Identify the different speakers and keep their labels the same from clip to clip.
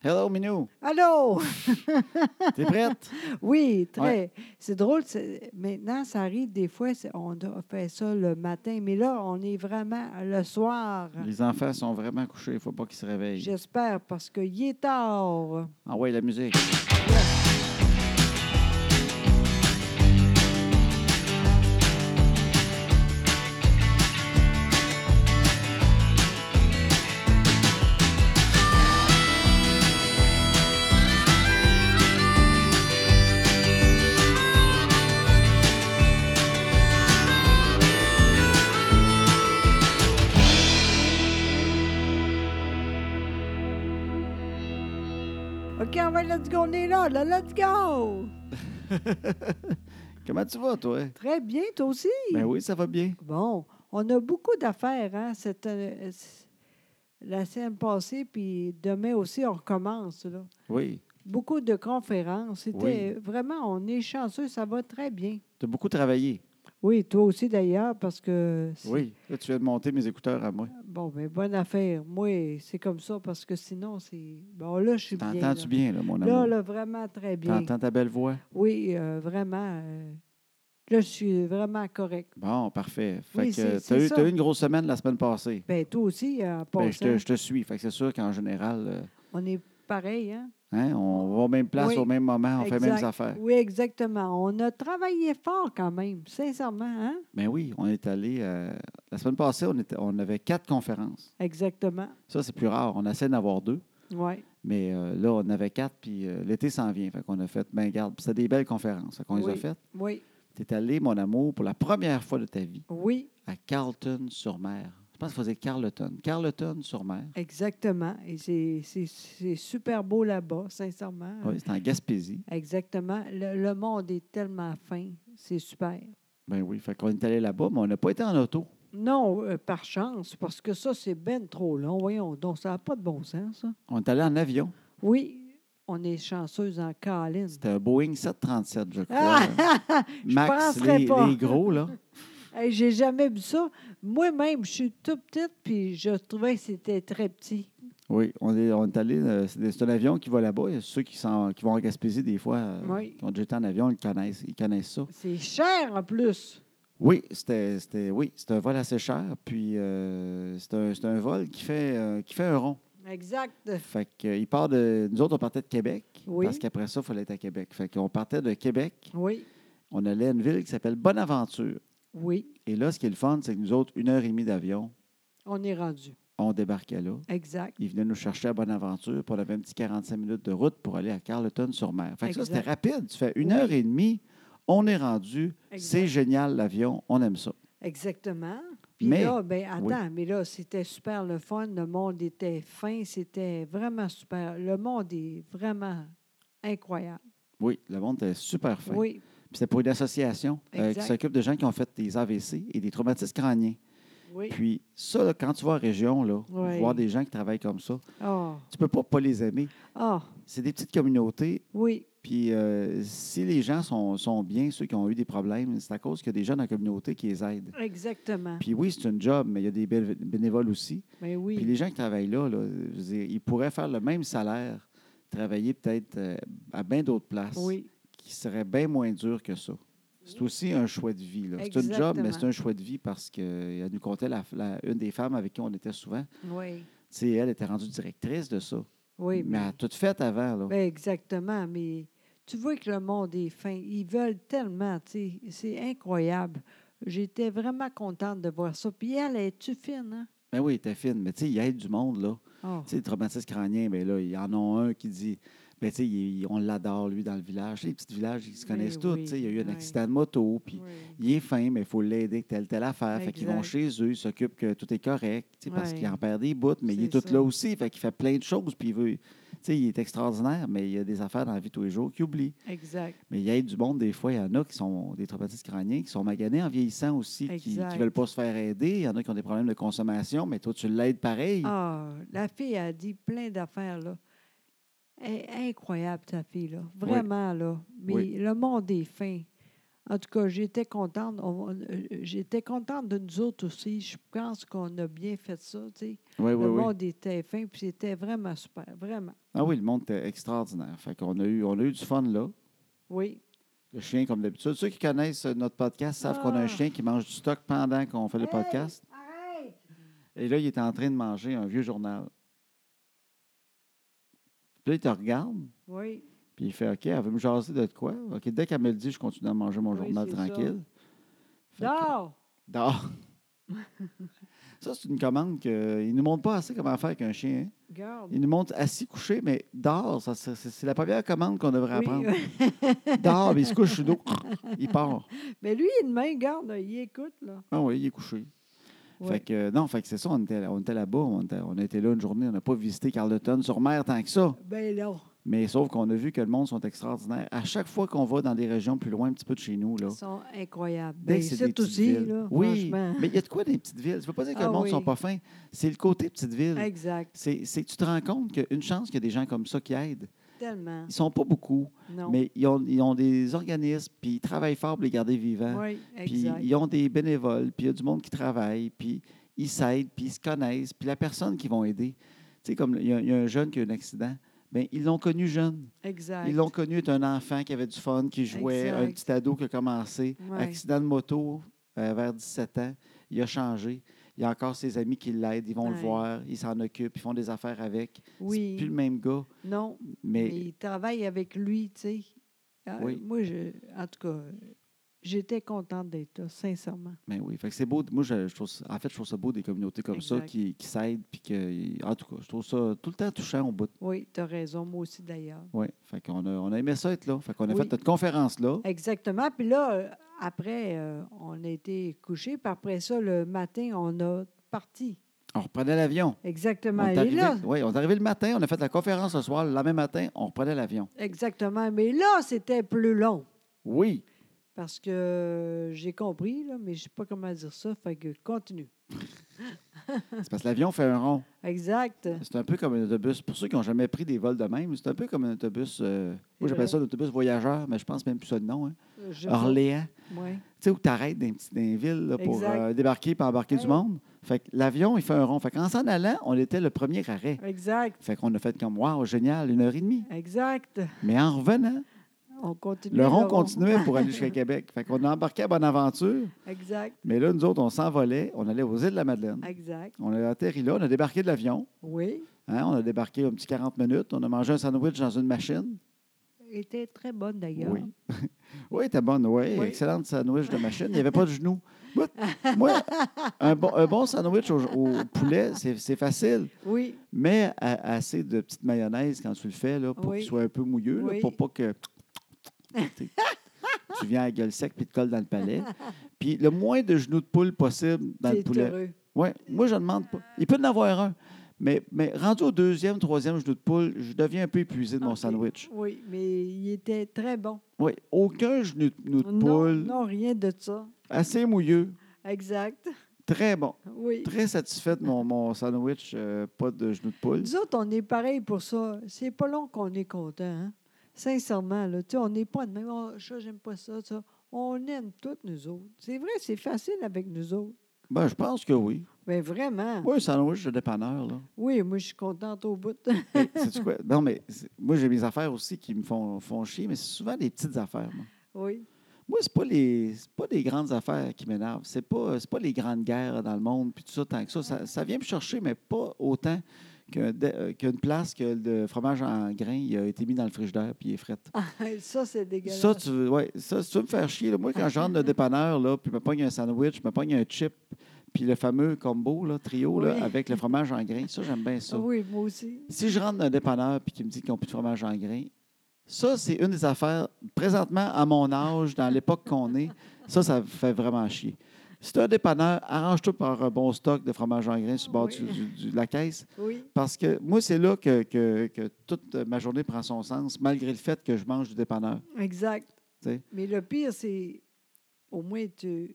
Speaker 1: Hello, Minou.
Speaker 2: Allô?
Speaker 1: T'es prête?
Speaker 2: Oui, très. C'est drôle. c'est- Maintenant, ça arrive des fois, c'est- on a fait ça le matin, mais là, on est vraiment le soir.
Speaker 1: Les enfants sont vraiment couchés. Il faut pas qu'ils se réveillent.
Speaker 2: J'espère, parce qu'il est tard.
Speaker 1: Envoie la musique.
Speaker 2: OK, on va, let's go, on est là, là, let's go!
Speaker 1: Comment tu vas, toi?
Speaker 2: Très bien, toi aussi?
Speaker 1: Ben oui, ça va bien.
Speaker 2: Bon, on a beaucoup d'affaires, hein? Cette, euh, c- la semaine passée, puis demain aussi, on recommence, là.
Speaker 1: Oui.
Speaker 2: Beaucoup de conférences. C'était vraiment, on est chanceux, ça va très bien.
Speaker 1: Tu as beaucoup travaillé.
Speaker 2: Oui, toi aussi d'ailleurs, parce que. c'est-
Speaker 1: Oui. Là, tu viens de monter mes écouteurs à moi.
Speaker 2: Bon, mais bonne affaire. Moi, c'est comme ça, parce que sinon, c'est. Bon, là, je suis bien. là.
Speaker 1: T'entends-tu bien, là, mon
Speaker 2: Là,
Speaker 1: amour?
Speaker 2: là, vraiment très bien.
Speaker 1: T'entends ta belle voix?
Speaker 2: Oui, euh, vraiment. euh, là, je suis vraiment correct.
Speaker 1: Bon, parfait. Fait
Speaker 2: Oui,
Speaker 1: que
Speaker 2: c'est-
Speaker 1: t'as
Speaker 2: c'est
Speaker 1: eu,
Speaker 2: ça.
Speaker 1: t'as eu une grosse semaine la semaine passée.
Speaker 2: Ben, toi aussi,
Speaker 1: Ben,
Speaker 2: en
Speaker 1: je,
Speaker 2: passant,
Speaker 1: te, je te suis. Fait que c'est sûr qu'en général, euh,
Speaker 2: on est pareil, hein?
Speaker 1: hein, on va aux mêmes places
Speaker 2: Oui.
Speaker 1: au même moment, on fait les mêmes
Speaker 2: Exact.
Speaker 1: affaires.
Speaker 2: Oui, exactement. On a travaillé fort quand même, sincèrement, hein?
Speaker 1: Ben oui, on est allé. euh, la semaine passée, on, était, on avait quatre conférences.
Speaker 2: Exactement.
Speaker 1: Ça, c'est plus rare. On essaie d'en avoir deux.
Speaker 2: Oui.
Speaker 1: Mais euh, là, on avait quatre, puis euh, l'été s'en vient. Fait qu'on a fait, ben garde, puis c'était des belles conférences. Fait qu'on les a
Speaker 2: Oui.
Speaker 1: faites.
Speaker 2: Oui.
Speaker 1: Tu es allé, mon amour, pour la première fois de ta vie,
Speaker 2: Oui,
Speaker 1: à Carlton-sur-Mer. Je pense qu'il faisait Carleton. Carleton-sur-Mer.
Speaker 2: exactement. Et c'est- c'est c'est super beau là-bas, sincèrement. hein?
Speaker 1: Oui, c'était en Gaspésie.
Speaker 2: Exactement. Le, le monde est tellement fin. C'est super.
Speaker 1: Ben oui, fait qu'on est allé là-bas, mais on n'a pas été en auto.
Speaker 2: Non, euh, par chance, parce que ça, c'est ben trop long. Voyons, donc ça n'a pas de bon sens, ça.
Speaker 1: On est allé en avion.
Speaker 2: Oui, on est chanceuse en Caline.
Speaker 1: C'était un Boeing 737, je crois.
Speaker 2: Ah, Je
Speaker 1: Max,
Speaker 2: penserais
Speaker 1: les,
Speaker 2: pas.
Speaker 1: les gros, là.
Speaker 2: ah, Hey, J'ai jamais vu ça. Moi-même, je suis toute petite, puis je trouvais que c'était très petit.
Speaker 1: Oui, on est, on est allé. euh, C'est des- c'est un avion qui va là-bas. Il y a Ceux qui, sont, qui vont en Gaspésie, des fois, euh,
Speaker 2: Oui.
Speaker 1: qui ont déjà été en avion, ils connaissent, ils connaissent ça.
Speaker 2: C'est cher en plus.
Speaker 1: Oui, c'était c'était- oui, c'était un vol assez cher. Puis euh, c'est un, c'est un vol qui fait, euh, qui fait un rond.
Speaker 2: Exact.
Speaker 1: Fait que, euh, il part de. Nous autres, on partait de Québec.
Speaker 2: Oui.
Speaker 1: Parce qu'après ça, il fallait être à Québec. Fait qu'on partait de Québec.
Speaker 2: Oui,
Speaker 1: On allait à une ville qui s'appelle Bonaventure.
Speaker 2: oui,
Speaker 1: Et là, ce qui est le fun, c'est que nous autres, une heure et demie d'avion,
Speaker 2: on est rendu.
Speaker 1: on débarquait là.
Speaker 2: Exact.
Speaker 1: Ils venaient nous chercher à Bonaventure. Puis on avait un petit 45 minutes de route pour aller à Carleton-sur-Mer. Fait que ça,
Speaker 2: Exact.
Speaker 1: c'était rapide. Tu fais une
Speaker 2: Oui.
Speaker 1: heure et demie, on est rendu.
Speaker 2: Exact.
Speaker 1: C'est génial, l'avion. On aime ça.
Speaker 2: Exactement. Puis
Speaker 1: Mais-
Speaker 2: là, ben attends, mais là, c'était super le fun. Le monde était fin. C'était vraiment super. Le monde est vraiment incroyable.
Speaker 1: Oui, le monde était super fin.
Speaker 2: Oui,
Speaker 1: Puis C'était pour une association euh, qui
Speaker 2: Exact.
Speaker 1: s'occupe de gens qui ont fait des AVC et des traumatismes crâniens.
Speaker 2: oui.
Speaker 1: Puis ça, là, quand tu vas en région, là,
Speaker 2: Oui.
Speaker 1: voir des gens qui travaillent comme ça,
Speaker 2: Ah,
Speaker 1: tu peux pas pas les aimer.
Speaker 2: ah,
Speaker 1: C'est des petites communautés.
Speaker 2: oui,
Speaker 1: Puis euh, si les gens sont, sont bien, ceux qui ont eu des problèmes, c'est à cause qu'il y a des gens dans la communauté qui les aident.
Speaker 2: exactement.
Speaker 1: Puis oui, c'est une job, mais il y a des bel- bénévoles aussi.
Speaker 2: Mais
Speaker 1: Puis
Speaker 2: oui,
Speaker 1: les gens qui travaillent là, là, je veux dire, ils pourraient faire le même salaire, travailler peut-être euh, à bien d'autres places.
Speaker 2: oui,
Speaker 1: qui serait bien moins dur que ça. C'est aussi un choix de vie. là. C'est une job, mais c'est
Speaker 2: Mm. Exactement.
Speaker 1: un choix de vie parce qu'elle nous contait, la, la- une des femmes avec qui on était souvent, tu
Speaker 2: oui,
Speaker 1: sais, elle était rendue directrice de ça.
Speaker 2: oui.
Speaker 1: mais à toute faite avant. Là.
Speaker 2: Ben, exactement, mais tu vois que le monde est fin. Ils veulent tellement, tu sais, c'est incroyable. J'étais vraiment contente de voir ça. Puis elle, es-tu fine, hein?
Speaker 1: Ben oui, elle était fine, mais tu sais, il aide du monde. là.
Speaker 2: Oh,
Speaker 1: Tu sais, le traumatisme crânien, ben là, il y en a un qui dit, ben tu sais, il- il- on l'adore, lui, dans le village. Tu sais, Les petits villages, ils se
Speaker 2: Ben
Speaker 1: connaissent tous.
Speaker 2: oui,
Speaker 1: tu sais. Il y a eu un
Speaker 2: ouais.
Speaker 1: accident de moto, puis
Speaker 2: oui.
Speaker 1: il est fin, mais il faut l'aider, telle, telle affaire. Fait qu'ils vont
Speaker 2: Exact.
Speaker 1: chez eux, ils s'occupent que tout est correct, tu sais, parce
Speaker 2: Ouais.
Speaker 1: qu'il en perd des bouts, mais il est
Speaker 2: C'est
Speaker 1: tout là
Speaker 2: ça.
Speaker 1: aussi. Fait qu'il fait plein de choses, puis il veut. tu sais, il est extraordinaire, mais il y a des affaires dans la vie tous les jours qu'il oublie.
Speaker 2: Exact.
Speaker 1: Mais il y a du monde, des fois, il y en a qui sont des traumatismes crâniens, qui sont maganés en vieillissant aussi, qui ne
Speaker 2: Exact.
Speaker 1: veulent pas se faire aider. Il y en a qui ont des problèmes de consommation, mais toi, tu l'aides pareil.
Speaker 2: Ah, la fille a dit plein d'affaires, là. Elle est incroyable, ta fille, là. Vraiment, là. Mais
Speaker 1: Oui.
Speaker 2: le monde est fin. En tout cas, j'étais contente. On- on- euh, J'étais contente de nous autres aussi. Je pense qu'on a bien fait ça. tu sais.
Speaker 1: Oui, oui,
Speaker 2: le
Speaker 1: oui.
Speaker 2: monde était fin, puis c'était vraiment super. Vraiment.
Speaker 1: Ah oui, le monde était extraordinaire. Fait qu'on a eu, on a eu du fun là.
Speaker 2: Oui.
Speaker 1: Le chien, comme d'habitude. Ceux qui connaissent euh, notre podcast savent qu'on a un
Speaker 2: Ah.
Speaker 1: chien qui mange du stock pendant qu'on fait le
Speaker 2: Hey!
Speaker 1: podcast.
Speaker 2: Arrête!
Speaker 1: Et là, il est en train de manger un vieux journal. Puis là, il te regarde,
Speaker 2: Oui.
Speaker 1: puis il fait OK, elle veut me jaser de quoi? OK, dès qu'elle me le dit, je continue à manger mon
Speaker 2: Oui,
Speaker 1: journal
Speaker 2: c'est
Speaker 1: tranquille. Fait que-
Speaker 2: Non!
Speaker 1: Dehors. ça, c'est une commande qu'ils ne nous montrent pas assez comment faire avec un chien. hein.
Speaker 2: Garde.
Speaker 1: Ils nous montrent assis, couché, mais dehors. Ça, c'est- c'est c'est la première commande qu'on devrait
Speaker 2: Oui,
Speaker 1: apprendre. Dehors, mais il se couche sous l'eau. Il part.
Speaker 2: Mais lui, il est de même, garde, il écoute, là.
Speaker 1: Ah oui, il est couché.
Speaker 2: Oui.
Speaker 1: Fait que, euh, non, fait que c'est ça, on était, on était là-bas, on, était- on a été là une journée, on n'a pas visité Carleton-sur-Mer tant que ça.
Speaker 2: Ben non.
Speaker 1: Mais sauf qu'on a vu que le monde sont extraordinaires. À chaque fois qu'on va dans des régions plus loin, un petit peu de chez nous, là,
Speaker 2: Ils sont incroyables.
Speaker 1: dès
Speaker 2: Ben,
Speaker 1: que c'est des
Speaker 2: c'est
Speaker 1: petites
Speaker 2: aussi,
Speaker 1: villes-
Speaker 2: là,
Speaker 1: oui,
Speaker 2: franchement.
Speaker 1: mais il y a de quoi dans les petites villes? Je veux pas dire que
Speaker 2: Ah
Speaker 1: le monde ne sont
Speaker 2: oui.
Speaker 1: pas fins. C'est le côté petite ville.
Speaker 2: Exact.
Speaker 1: C'est c'est que tu te rends compte qu'une chance qu'il y a des gens comme ça qui aident.
Speaker 2: Tellement.
Speaker 1: Ils sont pas beaucoup,
Speaker 2: Non.
Speaker 1: mais ils ont, ils ont des organismes, puis ils travaillent fort pour les garder vivants.
Speaker 2: oui,
Speaker 1: euh, Puis
Speaker 2: exact.
Speaker 1: ils ont des bénévoles, puis il y a du monde qui travaille, puis ils s'aident, puis ils se connaissent, puis la personne qu'ils vont aider. Tu sais, comme il y, a- il y a un jeune qui a eu un accident, bien, ils l'ont connu jeune.
Speaker 2: Exact.
Speaker 1: Ils l'ont connu être un enfant qui avait du fun, qui jouait, un
Speaker 2: Exact.
Speaker 1: petit ado qui a commencé.
Speaker 2: Ouais.
Speaker 1: Accident de moto euh, vers 17 ans, il a changé. Il y a encore ses amis qui l'aident, ils vont le
Speaker 2: Ouais.
Speaker 1: voir, ils s'en occupent, ils font des affaires avec. C'est plus
Speaker 2: Oui.
Speaker 1: le même gars,
Speaker 2: Non, mais
Speaker 1: mais
Speaker 2: il travaille avec lui, tu sais. Ah,
Speaker 1: Oui.
Speaker 2: Moi, je, en tout cas, j'étais contente d'être là, sincèrement.
Speaker 1: Ben oui, fait que c'est beau. Moi, je, je trouve, ça- en fait, je trouve ça beau des communautés comme ça
Speaker 2: Exact.
Speaker 1: qui, qui s'aident. Puis que, en tout cas, je trouve ça tout le temps touchant au bout.
Speaker 2: Oui, tu as raison, moi aussi d'ailleurs.
Speaker 1: Oui, fait qu'on a, on a aimé ça être là. Fait qu'on a
Speaker 2: Oui.
Speaker 1: fait notre conférence là.
Speaker 2: Exactement. Puis là, euh, après, euh, on a été couchés. Puis après ça, le matin, on a parti.
Speaker 1: On reprenait l'avion. On
Speaker 2: Exactement.
Speaker 1: est
Speaker 2: Et
Speaker 1: arrivé,
Speaker 2: là,
Speaker 1: oui, on est arrivé le matin, on a fait la conférence le soir. Le lendemain matin, on reprenait l'avion.
Speaker 2: exactement. Mais là, c'était plus long.
Speaker 1: Oui.
Speaker 2: Parce que euh, j'ai compris, là, mais je ne sais pas comment dire ça. Fait que continue.
Speaker 1: C'est parce que l'avion fait un rond.
Speaker 2: Exact.
Speaker 1: C'est un peu comme un autobus. Pour ceux qui n'ont jamais pris des vols de même, c'est un peu comme un autobus. euh, moi,
Speaker 2: C'est
Speaker 1: j'appelle
Speaker 2: vrai.
Speaker 1: ça l'autobus voyageur, mais je pense même plus ça de nom. Hein.
Speaker 2: Je-
Speaker 1: Orléans.
Speaker 2: Ouais.
Speaker 1: tu sais, où tu arrêtes dans une petite- dans une ville là, pour
Speaker 2: Exact.
Speaker 1: euh, débarquer et embarquer du
Speaker 2: Ouais.
Speaker 1: monde. Fait que l'avion, il fait un rond. Fait qu'en s'en allant, on était le premier arrêt.
Speaker 2: Exact.
Speaker 1: Fait qu'on a fait comme, waouh, génial, une heure et demie.
Speaker 2: Exact.
Speaker 1: Mais en revenant,
Speaker 2: On continue.
Speaker 1: le rond continuait pour aller jusqu'à Québec. Fait qu'on a embarqué à Bonaventure,
Speaker 2: Exact.
Speaker 1: mais là, nous autres, on s'envolait, on allait aux îles de la Madeleine.
Speaker 2: Exact.
Speaker 1: On a atterri là, on a débarqué de l'avion.
Speaker 2: Oui.
Speaker 1: hein, on a débarqué un petit 40 minutes, on a mangé un sandwich dans une machine.
Speaker 2: était très bonne d'ailleurs.
Speaker 1: Oui. Oui, t'es bonne, oui.
Speaker 2: Oui.
Speaker 1: Excellente sandwich de machine. Il n'y avait pas de genoux. Moi, moi, un, bon, un bon sandwich au, au poulet, c'est c'est facile.
Speaker 2: Oui.
Speaker 1: Mais a- assez de petite mayonnaise quand tu le fais là, pour
Speaker 2: Oui.
Speaker 1: qu'il soit un peu mouilleux, là,
Speaker 2: Oui.
Speaker 1: pour pas que tu sais, tu viens à la gueule sec puis te colles dans le palais. Puis le moins de genoux de poule possible dans le
Speaker 2: T'es
Speaker 1: poulet.
Speaker 2: heureux.
Speaker 1: Ouais, moi, je demande pas. Il peut en avoir un. Mais, mais rendu au deuxième, troisième genou de poule, je deviens un peu épuisé de mon
Speaker 2: Ok.
Speaker 1: sandwich.
Speaker 2: Oui, mais il était très bon.
Speaker 1: Oui, aucun genou de genou de
Speaker 2: Non,
Speaker 1: poule.
Speaker 2: non, rien de ça.
Speaker 1: Assez mouilleux.
Speaker 2: Exact.
Speaker 1: Très bon.
Speaker 2: Oui.
Speaker 1: Très satisfait de mon, mon sandwich, euh, pas de genoux de poule.
Speaker 2: Nous autres, on est pareil pour ça. C'est pas long qu'on est content. hein. Sincèrement, là, tu sais, on n'est pas de même. Oh, ça, j'aime pas ça, ça. On aime toutes nous autres. C'est vrai, c'est facile avec nous autres.
Speaker 1: Ben, je pense que oui.
Speaker 2: Mais vraiment.
Speaker 1: Oui, un sandwich de dépanneur, là.
Speaker 2: Oui, moi, je suis contente au bout.
Speaker 1: Mais, sais-tu quoi? Non, mais c'est- moi, j'ai mes affaires aussi qui me font, font chier, mais c'est souvent des petites affaires. Moi,
Speaker 2: oui.
Speaker 1: moi c'est pas les c'est pas des grandes affaires qui m'énervent. C'est pas c'est pas les grandes guerres dans le monde puis tout ça tant que ça. Ça, ça vient me chercher, mais pas autant qu'un dé- euh, qu'une place que le fromage en grains il a été mis dans le frigidaire puis il est fret.
Speaker 2: ça, c'est Ah, dégueulasse.
Speaker 1: Ça, tu veux, ouais, ça, si tu veux me faire chier, là, moi, quand j'entre le dépanneur, là, puis je me pogne un sandwich, je me pogne un chip, puis le fameux combo, là, trio, là,
Speaker 2: Oui.
Speaker 1: avec le fromage en grains, ça, j'aime bien ça.
Speaker 2: Oui, moi aussi.
Speaker 1: Si je rentre dans un dépanneur puis qu'il me dit qu'ils n'ont plus de fromage en grains, ça, c'est une des affaires, présentement, à mon âge, dans l'époque qu'on est, ça, ça me fait vraiment chier. Si tu un dépanneur, arrange-toi par un bon stock de fromage en grains sur le bord
Speaker 2: Oui.
Speaker 1: du- du- du- de la caisse.
Speaker 2: Oui.
Speaker 1: Parce que moi, c'est là que, que- que toute ma journée prend son sens, malgré le fait que je mange du dépanneur.
Speaker 2: Exact.
Speaker 1: Tu sais.
Speaker 2: Mais le pire, c'est au moins tu,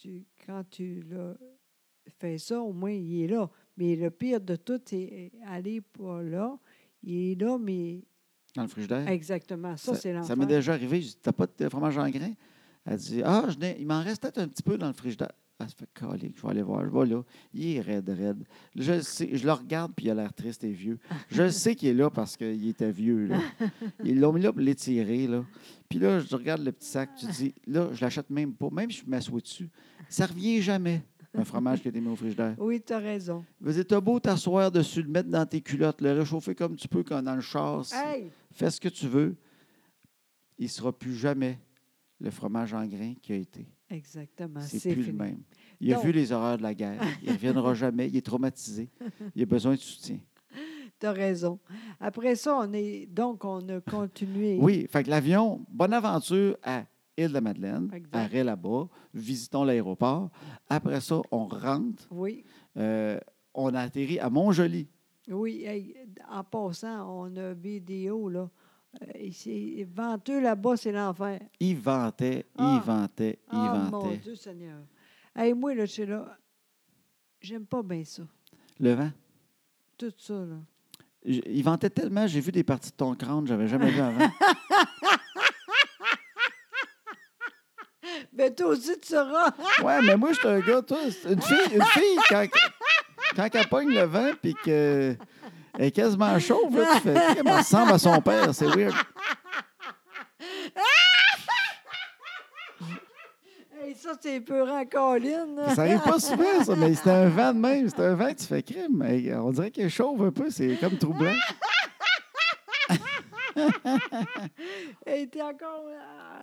Speaker 2: tu quand tu l'as fait ça, au moins il est là. Mais le pire de tout, c'est aller pour là. Il est là, mais
Speaker 1: Dans le frigidaire.
Speaker 2: exactement. Ça, c'est l'enfer.
Speaker 1: m'est déjà arrivé. Je dis, T'as pas de fromage en grains? Elle dit Ah, je n'ai- il m'en reste peut-être un petit peu dans le frigidaire. Elle se fait coller, je vais aller voir. Je vais là. Il est raide, raide. Je le sais, je le regarde, puis il a l'air triste et vieux. Je le sais qu'il est là parce qu'il était vieux. Là. Ils l'ont mis là pour l'étirer. Là. Puis là, je regarde le petit sac. Tu dis Là, je l'achète même pas. Même si je m'assois dessus, ça revient jamais, un fromage qui a été mis au frigidaire.
Speaker 2: Oui, tu as raison.
Speaker 1: Je veux dire, t'as beau t'asseoir dessus, le mettre dans tes culottes, le réchauffer comme tu peux quand dans le char. si-
Speaker 2: Hey!
Speaker 1: Fais ce que tu veux. Il ne sera plus jamais le fromage en grains qui a été.
Speaker 2: Exactement.
Speaker 1: C'est plus
Speaker 2: Ah, fini.
Speaker 1: le même. Il a
Speaker 2: Donc-
Speaker 1: vu les horreurs de la guerre. Il ne reviendra jamais. Il est traumatisé. Il a besoin de soutien.
Speaker 2: T'as raison. Après ça, on est donc on a continué.
Speaker 1: Oui, fait que l'avion, bonne aventure à Île-de-Madeleine,
Speaker 2: Exact.
Speaker 1: arrêt là-bas, visitons l'aéroport. Après ça, on rentre.
Speaker 2: Oui.
Speaker 1: Euh, on a atterri à Montjoli.
Speaker 2: Oui. hey, en passant, on a vidéo là. Euh, et c'est- venteux là-bas, c'est l'enfer.
Speaker 1: Il ventait,
Speaker 2: Ah!
Speaker 1: il ventait, il
Speaker 2: Ah mon
Speaker 1: ventait.
Speaker 2: Dieu Seigneur. Hey, moi là, je suis là. J'aime pas bien ça.
Speaker 1: Le vent.
Speaker 2: Tout ça là.
Speaker 1: J- Il ventait tellement, j'ai vu des parties de ton crâne, que j'avais jamais vu avant.
Speaker 2: Mais toi aussi tu seras.
Speaker 1: Ouais, mais moi, je suis un gars, toi. c'est Une fille, une fille quand, quand elle pogne le vent puis qu'elle est quasiment chauve, là, tu fais elle ressemble à son père, c'est weird.
Speaker 2: Hey, ça c'est peur en colline. là.
Speaker 1: Ça arrive pas souvent, ça, mais c'était un vent de même. C'était un vent que tu fais crime. mais on dirait qu'elle est chauve un peu, c'est comme troublant.
Speaker 2: Hey, t'es encore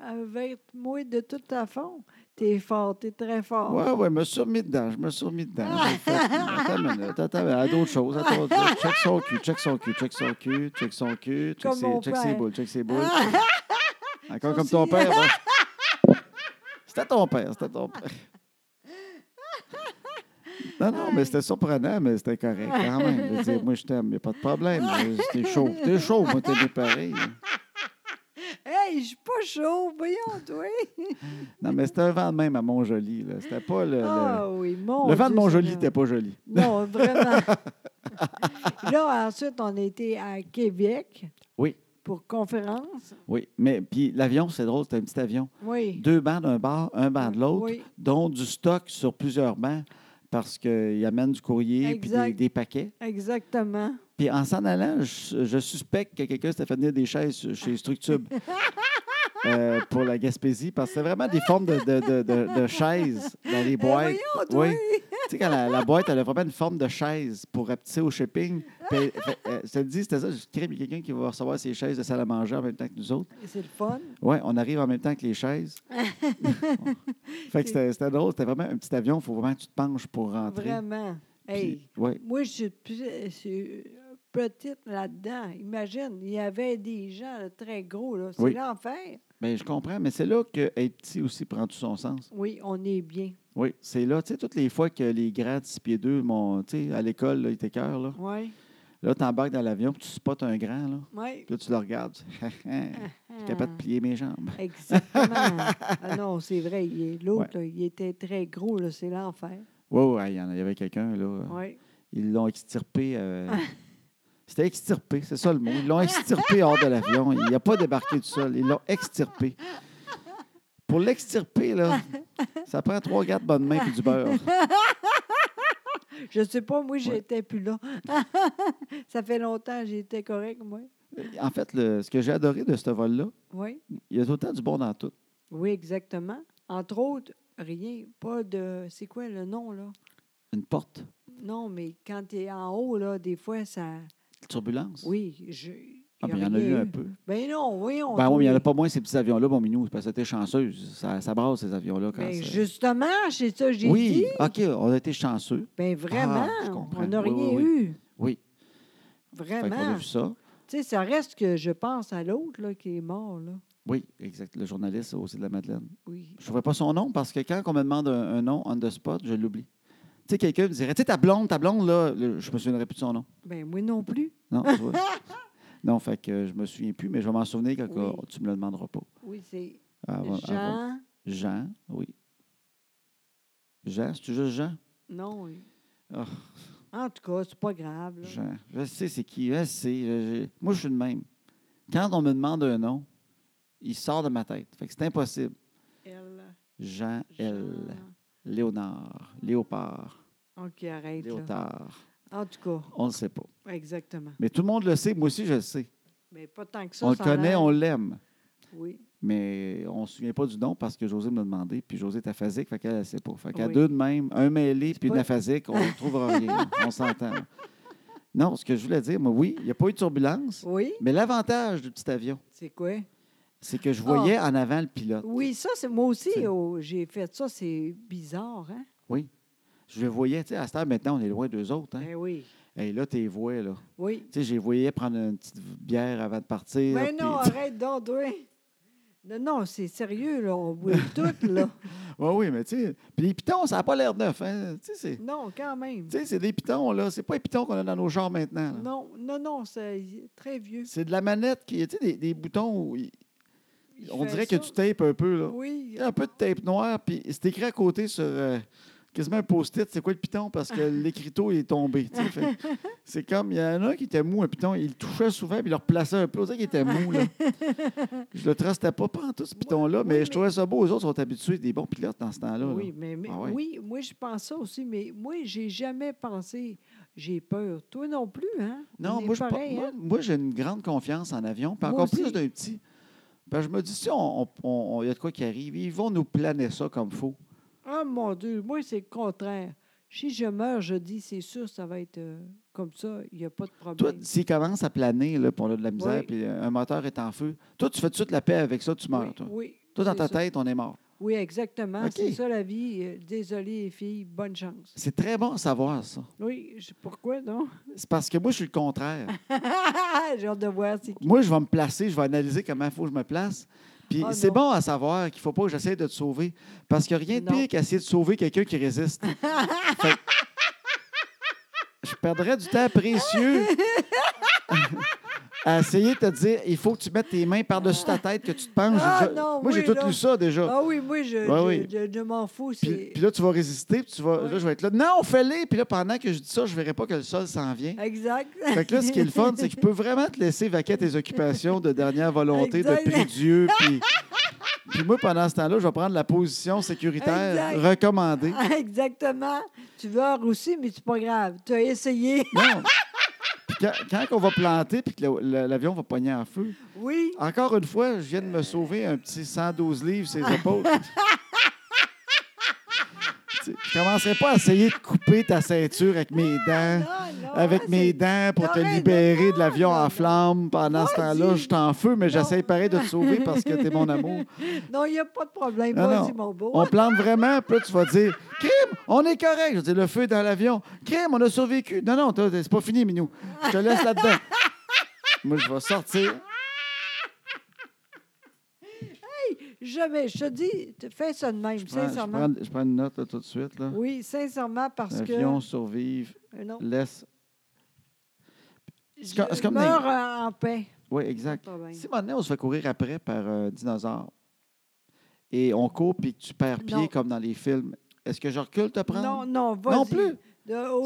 Speaker 2: avec moi de tout à fond. T'es fort, t'es très fort.
Speaker 1: Ouais, ouais, je me suis remis dedans, je me suis remis dedans. J'ai fait,
Speaker 2: Ah!
Speaker 1: attends une minute, attends, une minute, à d'autres choses, à d'autres choses. Check son cul, check son cul, check son cul, check son cul, check,
Speaker 2: Comme
Speaker 1: ses,
Speaker 2: mon
Speaker 1: check ses
Speaker 2: père.
Speaker 1: boules, check ses boules.
Speaker 2: Ah!
Speaker 1: Encore
Speaker 2: Ça
Speaker 1: comme ton
Speaker 2: aussi.
Speaker 1: père. bon. C'était ton père, c'était ton père. Non, non, mais c'était surprenant, mais c'était correct quand même. Je veux dire, moi, je t'aime, il n'y a pas de problème. T'es chaud. T'es chaud, moi, t'es pareil.
Speaker 2: Hey, je suis pas chaud, voyons, toi.
Speaker 1: Euh, Non, mais c'était un vent de même à Montjoli. là. C'était pas le. le-
Speaker 2: Ah oui, mon
Speaker 1: le, vent de
Speaker 2: Dieu
Speaker 1: Montjoli
Speaker 2: Seigneur.
Speaker 1: n'était pas joli.
Speaker 2: Non, vraiment. là, ensuite, on était à Québec.
Speaker 1: Oui.
Speaker 2: Pour conférence.
Speaker 1: Oui, mais puis l'avion, c'est drôle, c'était un petit avion.
Speaker 2: Oui.
Speaker 1: Deux bancs d'un bar, un banc de l'autre,
Speaker 2: Oui.
Speaker 1: dont du stock sur plusieurs bancs parce qu'ils amènent du courrier puis des-
Speaker 2: Exact.
Speaker 1: des paquets.
Speaker 2: Exactement.
Speaker 1: Puis en s'en allant, je, je suspecte que quelqu'un s'était fait venir des chaises chez Structube euh, pour la Gaspésie, parce que c'est vraiment des formes de, de- de- de- de chaises dans les
Speaker 2: Eh,
Speaker 1: boîtes.
Speaker 2: voyons, toi.
Speaker 1: oui. Tu sais, quand la, la boîte, elle a vraiment une forme de chaise pour rapetisser au shipping. Puis, elle- fait- elle- je te le dis, c'était ça, je crée, il y a quelqu'un qui va recevoir ses chaises de salle à manger en même temps que nous autres.
Speaker 2: C'est le fun.
Speaker 1: Oui, on arrive en même temps que les chaises. fait que c'était c'était drôle, c'était vraiment un petit avion, il faut vraiment que tu te penches pour rentrer.
Speaker 2: Vraiment.
Speaker 1: Puis,
Speaker 2: Hey.
Speaker 1: ouais.
Speaker 2: Moi, je suis plus- euh, je suis petite là-dedans. Imagine, il y avait des gens là, très gros. là. C'est
Speaker 1: Oui.
Speaker 2: l'enfer.
Speaker 1: Ben, je comprends, mais c'est là que être petit aussi prend tout son sens.
Speaker 2: Oui, on est bien.
Speaker 1: Oui, c'est là, tu sais, toutes les fois que les grands de 6 pieds 2, m'ont, tu sais, à l'école, là, ils t'écœurent, là.
Speaker 2: Oui.
Speaker 1: Là, t'embarques dans l'avion, puis tu spots un grand, là.
Speaker 2: Oui.
Speaker 1: Puis là, tu le regardes, tu fais, je suis capable de plier mes jambes.
Speaker 2: Ah. Exactement. ah non, c'est vrai. il est- L'autre, là, il était très gros. là, C'est l'enfer.
Speaker 1: Oui, oui, il y en a- il y avait quelqu'un, là.
Speaker 2: Oui.
Speaker 1: Ils l'ont extirpé. euh,
Speaker 2: Ah.
Speaker 1: C'était extirpé, c'est ça le mot. Ils l'ont extirpé hors de l'avion. Il n'a pas débarqué du sol. Ils l'ont extirpé. Pour l'extirper, là, ça prend trois, quatre bonnes mains et du beurre.
Speaker 2: Je ne sais pas, moi, j'étais plus là. Ça fait longtemps, j'étais correct, moi.
Speaker 1: En fait, le- ce que j'ai adoré de ce vol-là,
Speaker 2: Oui.
Speaker 1: il y a autant du bon dans tout.
Speaker 2: Oui, exactement. Entre autres, rien. Pas de. C'est quoi le nom, là?
Speaker 1: Une porte,
Speaker 2: Non, mais quand tu es en haut, là, des fois, ça.
Speaker 1: turbulence.
Speaker 2: Oui, je. y
Speaker 1: Ah,
Speaker 2: a
Speaker 1: ben, il y en a
Speaker 2: rien
Speaker 1: eu un peu.
Speaker 2: Ben non, voyons.
Speaker 1: Ben oui, mais il n'y en a pas
Speaker 2: toi.
Speaker 1: moins ces petits avions-là, bon minou, c'est parce que t'es chanceuse. Ça, ça brasse ces avions-là quand
Speaker 2: Ben,
Speaker 1: c'est-
Speaker 2: justement, c'est ça que j'ai
Speaker 1: Oui,
Speaker 2: dit.
Speaker 1: OK, on a été chanceux.
Speaker 2: Ben vraiment,
Speaker 1: Ah, je comprends.
Speaker 2: on n'a
Speaker 1: Oui,
Speaker 2: rien
Speaker 1: oui, oui.
Speaker 2: eu.
Speaker 1: Oui. Fait qu'on a
Speaker 2: Vraiment.
Speaker 1: vu
Speaker 2: Tu
Speaker 1: ça.
Speaker 2: sais, ça reste que je pense à l'autre là, qui est mort, là.
Speaker 1: Oui, exact. Le journaliste aussi de la Madeleine.
Speaker 2: Oui.
Speaker 1: Je ne trouverai pas son nom parce que quand on me demande un, un nom on the spot, je l'oublie. Tu sais, quelqu'un me dirait, tu sais, ta blonde, ta blonde, là, le- je me souviendrai plus de son nom.
Speaker 2: Ben moi non plus.
Speaker 1: Non, tu vois. non, fait que je me souviens plus, mais je vais m'en souvenir quand
Speaker 2: Oui.
Speaker 1: euh, tu me le demanderas pas.
Speaker 2: Oui, c'est
Speaker 1: Ah, va- ah, va-
Speaker 2: Jean.
Speaker 1: Jean, oui. Jean, c'est juste Jean?
Speaker 2: Non. oui.
Speaker 1: Ah.
Speaker 2: En tout cas, c'est pas grave. là.
Speaker 1: Jean. Je sais c'est qui. Je sais. Je- je- Moi, je suis le même. Quand on me demande un nom, il sort de ma tête. Fait que c'est impossible.
Speaker 2: Elle,
Speaker 1: Jean L. Léonard. Léopard.
Speaker 2: OK, arrête. Là.
Speaker 1: Léotard.
Speaker 2: En tout cas,
Speaker 1: On ne le sait pas.
Speaker 2: exactement.
Speaker 1: Mais tout le monde le sait. Moi aussi, je le sais.
Speaker 2: Mais pas tant que ça.
Speaker 1: on le
Speaker 2: ça a
Speaker 1: connaît,
Speaker 2: l'air-
Speaker 1: on l'aime.
Speaker 2: Oui.
Speaker 1: Mais on ne se souvient pas du nom parce que José me l'a demandé. Puis José est aphasique, fait qu'elle ne sait pas. Fait qu'à
Speaker 2: Oui.
Speaker 1: deux de même, un mêlé puis
Speaker 2: pas-
Speaker 1: une aphasique, on ne trouvera rien. On s'entend. Non, ce que je voulais dire, moi, oui, il n'y a pas eu de turbulence.
Speaker 2: Oui,
Speaker 1: Mais l'avantage du petit avion,
Speaker 2: c'est quoi?
Speaker 1: c'est que je voyais en avant le pilote.
Speaker 2: Ah. Oui, ça, c'est moi aussi,
Speaker 1: C'est-
Speaker 2: oh, j'ai fait ça, c'est bizarre, hein?
Speaker 1: Je le voyais, tu sais, à cette heure, maintenant, on est loin d'eux autres. Hein?
Speaker 2: Ben oui.
Speaker 1: Et là, t'es vois, là.
Speaker 2: Oui.
Speaker 1: Tu sais, je les voyais prendre une petite bière avant de partir.
Speaker 2: Ben
Speaker 1: puis-
Speaker 2: non, arrête donc, toi. Non, non, c'est sérieux, là. On brûle tout, là.
Speaker 1: Ouais, oui, mais tu sais. Puis les pitons, ça n'a pas l'air neuf. Hein? Tu sais, c'est- tu
Speaker 2: Non, quand même.
Speaker 1: sais, c'est des pitons, là. C'est pas les pitons qu'on a dans nos genres maintenant. là.
Speaker 2: Non, non, non, c'est très vieux.
Speaker 1: C'est de la manette qui. Tu sais, des, des boutons où il-
Speaker 2: Il
Speaker 1: on
Speaker 2: fait
Speaker 1: dirait
Speaker 2: ça.
Speaker 1: que tu tapes un peu, là.
Speaker 2: Oui.
Speaker 1: Un peu de tape noire, puis c'est écrit à côté sur. euh, Quasiment un post-it, c'est quoi le piton? Parce que l'écriteau il est tombé. tu sais. Fait- C'est comme, il y en a un qui était mou, un piton, il le touchait souvent, puis il le replaçait un peu. On dirait qu'il était mou. Là. Je le trustais pas, pas en tout ce piton-là, mais
Speaker 2: oui,
Speaker 1: je trouvais ça beau. Les autres sont habitués, des bons pilotes dans ce temps-là. là.
Speaker 2: Oui, mais, mais-
Speaker 1: Ah ouais.
Speaker 2: oui, moi, je pense ça aussi, mais moi, j'ai jamais pensé. J'ai peur. Toi non plus, hein? On
Speaker 1: Non,
Speaker 2: est
Speaker 1: moi, je,
Speaker 2: pareil,
Speaker 1: moi,
Speaker 2: hein?
Speaker 1: moi, j'ai une grande confiance en avion, puis
Speaker 2: Moi
Speaker 1: encore
Speaker 2: aussi.
Speaker 1: plus d'un petit. Parce que je me dis, si il on, on- on- il y a de quoi qui arrive, ils vont nous planer ça comme faux.
Speaker 2: Ah, mon Dieu, moi, c'est le contraire. Si je meurs, je dis, c'est sûr, ça va être euh, comme ça, il n'y a pas de
Speaker 1: Toi,
Speaker 2: problème.
Speaker 1: s'ils commencent à planer, là, puis on a de la misère,
Speaker 2: Oui.
Speaker 1: puis euh, un moteur est en feu, toi, tu fais tout de suite la paix avec ça, tu meurs.
Speaker 2: oui,
Speaker 1: toi.
Speaker 2: oui,
Speaker 1: Toi, dans
Speaker 2: c'est
Speaker 1: ta
Speaker 2: ça.
Speaker 1: tête, on est mort.
Speaker 2: Oui, exactement.
Speaker 1: OK.
Speaker 2: C'est ça la vie. Euh, Désolée, les filles, bonne chance.
Speaker 1: C'est très bon à savoir, ça.
Speaker 2: Oui, je- pourquoi non?
Speaker 1: C'est parce que moi, je suis le contraire.
Speaker 2: J'ai hâte de voir. c'est qui.
Speaker 1: moi, je vais me placer, je vais analyser comment il faut que je me place. Puis
Speaker 2: Ah,
Speaker 1: c'est
Speaker 2: non.
Speaker 1: bon à savoir qu'il ne faut pas que j'essaie de te sauver. Parce qu'il n'y a rien de
Speaker 2: Non.
Speaker 1: pire qu'essayer de sauver quelqu'un qui résiste. Fait que je perdrais du temps précieux à essayer de te dire il faut que tu mettes tes mains par-dessus ta tête, que tu te penches.
Speaker 2: Ah,
Speaker 1: Je-
Speaker 2: non,
Speaker 1: moi, j'ai
Speaker 2: oui,
Speaker 1: tout
Speaker 2: là.
Speaker 1: lu ça déjà.
Speaker 2: Ah oui, moi, je,
Speaker 1: Ouais,
Speaker 2: je- je- je m'en fous.
Speaker 1: Puis,
Speaker 2: c'est-
Speaker 1: puis là, tu vas résister, puis tu vas,
Speaker 2: Ouais.
Speaker 1: là, je vais être là. Non, fais-les! Puis là, pendant que je dis ça, je ne verrai pas que le sol s'en vient.
Speaker 2: Exact.
Speaker 1: Fait que là, ce qui est le fun, c'est que je peux vraiment te laisser vaquer à tes occupations de dernière volonté,
Speaker 2: Exact.
Speaker 1: de prix Dieu. Puis, puis moi, pendant ce temps-là, je vais prendre la position sécuritaire
Speaker 2: Exact.
Speaker 1: recommandée.
Speaker 2: Exactement. Tu vas aussi, mais c'est pas grave. Tu as essayé.
Speaker 1: Non! Puis quand, quand on va planter puis que le- le- l'avion va pogner en feu,
Speaker 2: Oui.
Speaker 1: encore une fois, je viens de me sauver un petit 112 livres ses épaules. Tu sais, Je commencerai pas à essayer de couper ta ceinture avec mes dents.
Speaker 2: Non, non,
Speaker 1: avec
Speaker 2: hein,
Speaker 1: mes
Speaker 2: c'est- Ah,
Speaker 1: dents pour te
Speaker 2: T'aurais-
Speaker 1: libérer de l'avion
Speaker 2: Non, non.
Speaker 1: en flammes. Pendant ce
Speaker 2: Vas-y.
Speaker 1: temps-là, je suis en feu, mais
Speaker 2: Non.
Speaker 1: j'essaie pareil de te sauver parce que t'es mon amour.
Speaker 2: Non, il n'y a pas de problème.
Speaker 1: Non,
Speaker 2: Vas-y,
Speaker 1: non.
Speaker 2: mon beau.
Speaker 1: On plante vraiment, puis là, tu vas dire Crime, on est correct. Je dis Le feu est dans l'avion. Crime, on a survécu. Non, non, toi, c'est pas fini, Minou. Je te laisse là-dedans. Moi, je vais sortir.
Speaker 2: Jamais. Je te dis, tu fais ça de même,
Speaker 1: Je prends, je
Speaker 2: sincèrement.
Speaker 1: prends- je prends une note là, tout de suite. Là.
Speaker 2: Oui, sincèrement, parce que.
Speaker 1: L'avion survive,
Speaker 2: Euh, Non.
Speaker 1: laisse.
Speaker 2: Je
Speaker 1: comme- c'est comme
Speaker 2: meurs en, en paix.
Speaker 1: Oui, exact.
Speaker 2: Pas de problème.
Speaker 1: Si maintenant on se fait courir après par un dinosaure et on court puis tu perds pied
Speaker 2: Non.
Speaker 1: comme dans les films, est-ce que je recule te prendre?
Speaker 2: Non, non, vas-y. euh,
Speaker 1: Non plus.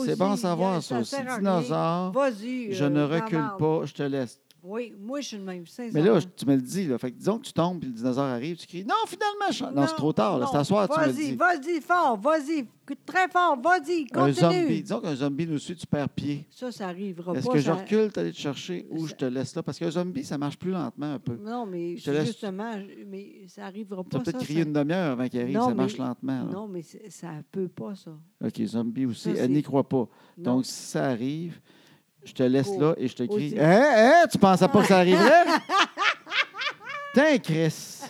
Speaker 1: C'est bon à savoir ça. aussi.
Speaker 2: aussi.
Speaker 1: dinosaure,
Speaker 2: Vas-y.
Speaker 1: je
Speaker 2: euh,
Speaker 1: ne
Speaker 2: dans la
Speaker 1: recule
Speaker 2: marde.
Speaker 1: pas, je te laisse.
Speaker 2: Oui, moi, je suis le même,
Speaker 1: Mais là,
Speaker 2: sincèrement.
Speaker 1: je- tu me le dis. Là. Fait que disons que tu tombes puis le dinosaure arrive, tu cries Non, finalement, je- Non, c'est trop tard. là,
Speaker 2: non.
Speaker 1: C'est à soir, tu me le dis.
Speaker 2: Vas-y, vas-y, fort, vas-y. Très fort, vas-y,
Speaker 1: Un zombie,
Speaker 2: continue.
Speaker 1: disons qu'un zombie nous suit, tu perds pied.
Speaker 2: Ça, ça arrivera
Speaker 1: Est-ce
Speaker 2: pas.
Speaker 1: que je
Speaker 2: ça-
Speaker 1: recule, t'allais te chercher ou
Speaker 2: ça-
Speaker 1: je te laisse là? Parce qu'un zombie, ça marche plus lentement un peu.
Speaker 2: Non, mais
Speaker 1: Je te laisse-
Speaker 2: justement, je- mais ça arrivera
Speaker 1: Tu
Speaker 2: pas.
Speaker 1: as peut-être
Speaker 2: ça,
Speaker 1: crié
Speaker 2: ça-
Speaker 1: une demi-heure avant qu'il arrive,
Speaker 2: Non,
Speaker 1: ça marche
Speaker 2: mais-
Speaker 1: lentement. là.
Speaker 2: Non, mais c'est- ça ne peut pas, ça.
Speaker 1: OK, zombie aussi.
Speaker 2: Ça, c'est-
Speaker 1: Elle n'y croit pas.
Speaker 2: Non.
Speaker 1: Donc, si ça arrive, je te laisse
Speaker 2: Oh.
Speaker 1: là et je te crie
Speaker 2: Dieu.
Speaker 1: Hein, hein, tu pensais pas que ça arriverait? Tiens, Chris!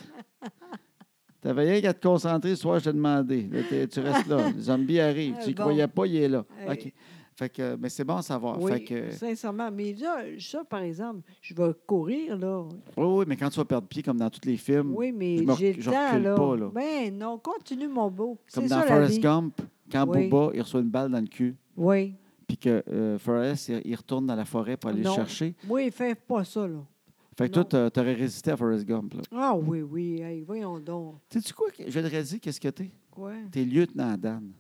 Speaker 1: T'avais rien qu'à te concentrer, ce soir, je t'ai demandé. Là, t'es- tu restes là. Le zombie arrive.
Speaker 2: Ah,
Speaker 1: Tu n'y
Speaker 2: bon.
Speaker 1: croyais pas, il est là.
Speaker 2: Euh,
Speaker 1: OK. Fait que, mais c'est bon à savoir.
Speaker 2: oui,
Speaker 1: Ah, Fait que,
Speaker 2: sincèrement. Mais là, ça, par exemple, je vais courir, là.
Speaker 1: oui, oui, mais quand tu vas perdre pied, comme dans tous les films,
Speaker 2: Oui, mais
Speaker 1: Hmm. je me
Speaker 2: j'ai
Speaker 1: rec-
Speaker 2: le
Speaker 1: je
Speaker 2: temps,
Speaker 1: recule
Speaker 2: là.
Speaker 1: pas, là.
Speaker 2: Ben non, continue, mon beau.
Speaker 1: comme
Speaker 2: C'est
Speaker 1: dans
Speaker 2: ça, la
Speaker 1: Forrest
Speaker 2: vie.
Speaker 1: Gump, quand
Speaker 2: Oui.
Speaker 1: Booba, il reçoit une balle dans le cul,
Speaker 2: Oui.
Speaker 1: puis que euh, Forrest, il, il retourne dans la forêt pour aller le
Speaker 2: Non.
Speaker 1: chercher.
Speaker 2: Moi, fais pas ça, là.
Speaker 1: Fait que toi,
Speaker 2: Non.
Speaker 1: t'a- t'aurais résisté à Forrest Gump. Là.
Speaker 2: Ah oui, oui. Hey, voyons donc.
Speaker 1: Sais-tu quoi? que- Je le redis, qu'est-ce que t'es?
Speaker 2: Quoi?
Speaker 1: T'es lieutenant Dan.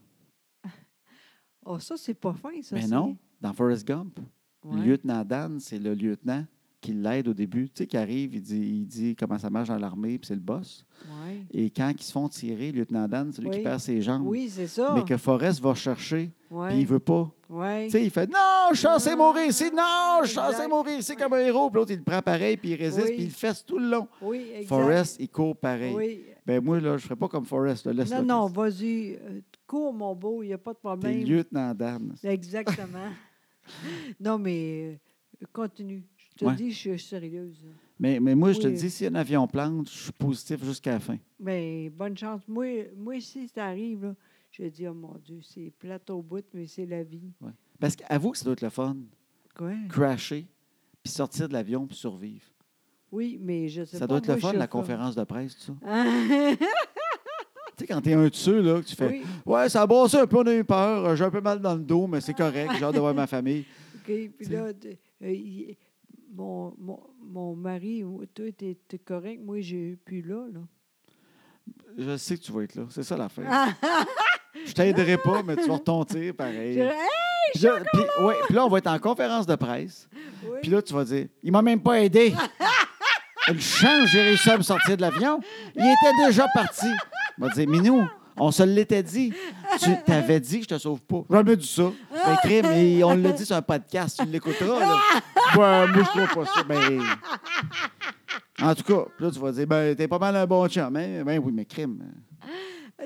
Speaker 2: Ah, ça, c'est pas fin, ça.
Speaker 1: Mais
Speaker 2: c'est-
Speaker 1: non, dans Ben Forrest Gump,
Speaker 2: Ouais.
Speaker 1: le lieutenant Dan, c'est le lieutenant qui l'aide au début, tu sais, qui arrive, il dit, il dit comment ça marche dans l'armée, puis c'est le boss.
Speaker 2: Ouais.
Speaker 1: Et quand ils se font tirer, le lieutenant Dan, c'est lui qui
Speaker 2: Oui.
Speaker 1: perd ses jambes,
Speaker 2: Oui, c'est ça.
Speaker 1: Ah. mais que Forrest va chercher, puis
Speaker 2: ouais.
Speaker 1: il veut pas.
Speaker 2: ouais.
Speaker 1: Tu sais, il fait Non, je suis censé mourir ici, non, je suis censé
Speaker 2: Exact.
Speaker 1: mourir ici comme un héros. Puis l'autre, il le prend pareil, puis il résiste,
Speaker 2: Oui.
Speaker 1: puis il le fesse tout le long.
Speaker 2: Oui, exact.
Speaker 1: Forrest, il court pareil.
Speaker 2: Oui.
Speaker 1: Ben moi, là, je ferais pas comme Forrest, là, laisse-le.
Speaker 2: Non, non, vas-y. euh, Cours, mon beau, il n'y a pas de
Speaker 1: T'es
Speaker 2: problème.
Speaker 1: lieutenant Dan.
Speaker 2: Exactement. non, mais euh, continue. Je te
Speaker 1: Ouais.
Speaker 2: dis, je suis sérieuse.
Speaker 1: Mais, mais moi, je te
Speaker 2: Oui.
Speaker 1: dis, si un avion plante, je suis positif jusqu'à la fin.
Speaker 2: Mais bonne chance. Moi, moi si ça arrive, là, je dis, oh mon Dieu, c'est plate au bout, mais c'est la vie.
Speaker 1: Parce qu'avoue que ça doit être le fun,
Speaker 2: Quoi?
Speaker 1: crasher, puis sortir de l'avion, puis survivre.
Speaker 2: Oui, mais je sais
Speaker 1: Ça
Speaker 2: pas.
Speaker 1: doit être
Speaker 2: moi,
Speaker 1: le fun,
Speaker 2: je
Speaker 1: la
Speaker 2: fais-
Speaker 1: conférence de presse, tout ça.
Speaker 2: Hein?
Speaker 1: Tu sais, quand t'es un dessus, là, que tu fais
Speaker 2: oui,
Speaker 1: Ouais, ça a brassé un peu, on a eu peur, euh, j'ai un peu mal dans le dos, mais c'est correct, j'ai hâte de voir ma famille.
Speaker 2: OK. Puis là, t- euh, il- mon, mon, mon mari, ou- toi, t'es t'es correct. Moi, j'ai plus là, là.
Speaker 1: Je sais que tu vas être là, c'est ça l'affaire. Je t'aiderai pas, mais tu vas retomber pareil.
Speaker 2: Je- Hein?
Speaker 1: Puis là, puis- ouais, puis là, on va être en conférence de presse.
Speaker 2: Oui.
Speaker 1: Puis là, tu vas dire Il m'a même pas aidé. Une chance, j'ai réussi à me sortir de l'avion. Il était déjà parti. Il va dire Minou, on se l'était dit. Tu t'avais dit que je te sauve pas. Jamais dit ça. Ben, crime, et on l'a dit sur un podcast, tu l'écouteras. Là. Ben, moi, je crois pas ça. Ben, en tout cas, puis là, tu vas dire Ben, t'es pas mal un bon chum. Ben, ben oui, mais crime.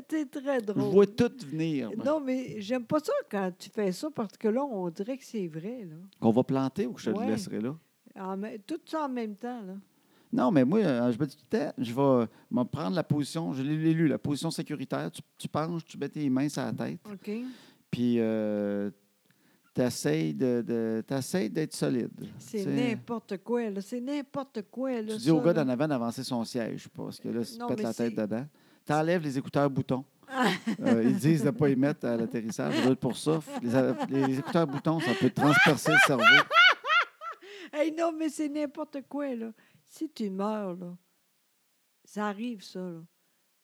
Speaker 2: T'es très
Speaker 1: Je
Speaker 2: drôle.
Speaker 1: vois tout venir. moi.
Speaker 2: Non, mais j'aime pas ça quand tu fais ça parce que là, on dirait que c'est vrai. Là.
Speaker 1: Qu'on va planter ou que je te
Speaker 2: Ouais.
Speaker 1: le laisserai là?
Speaker 2: En me- Tout ça en même temps. Là.
Speaker 1: Non, mais moi, euh, je me dis tout le temps, je vais euh, me prendre la position, je l'ai l'ai lu, la position sécuritaire. Tu, tu penches, tu mets tes mains sur la tête,
Speaker 2: OK?
Speaker 1: puis tu essaies d'être de, t'essayes d'être solide.
Speaker 2: C'est
Speaker 1: Tu sais,
Speaker 2: n'importe quoi. là. C'est n'importe quoi. Là,
Speaker 1: Tu dis
Speaker 2: ça,
Speaker 1: au gars
Speaker 2: là.
Speaker 1: d'en avant d'avancer son siège, parce que là, si tu
Speaker 2: Non,
Speaker 1: pètes
Speaker 2: mais
Speaker 1: la tête
Speaker 2: c'est- Ah.
Speaker 1: dedans, tu enlèves les écouteurs boutons. Euh, ils disent de ne pas y mettre à l'atterrissage. Je veux Pour ça, les, a- les écouteurs boutons, ça peut transpercer le cerveau.
Speaker 2: Hey, non, mais c'est n'importe quoi. Là. Si tu meurs, là, ça arrive, ça. Là.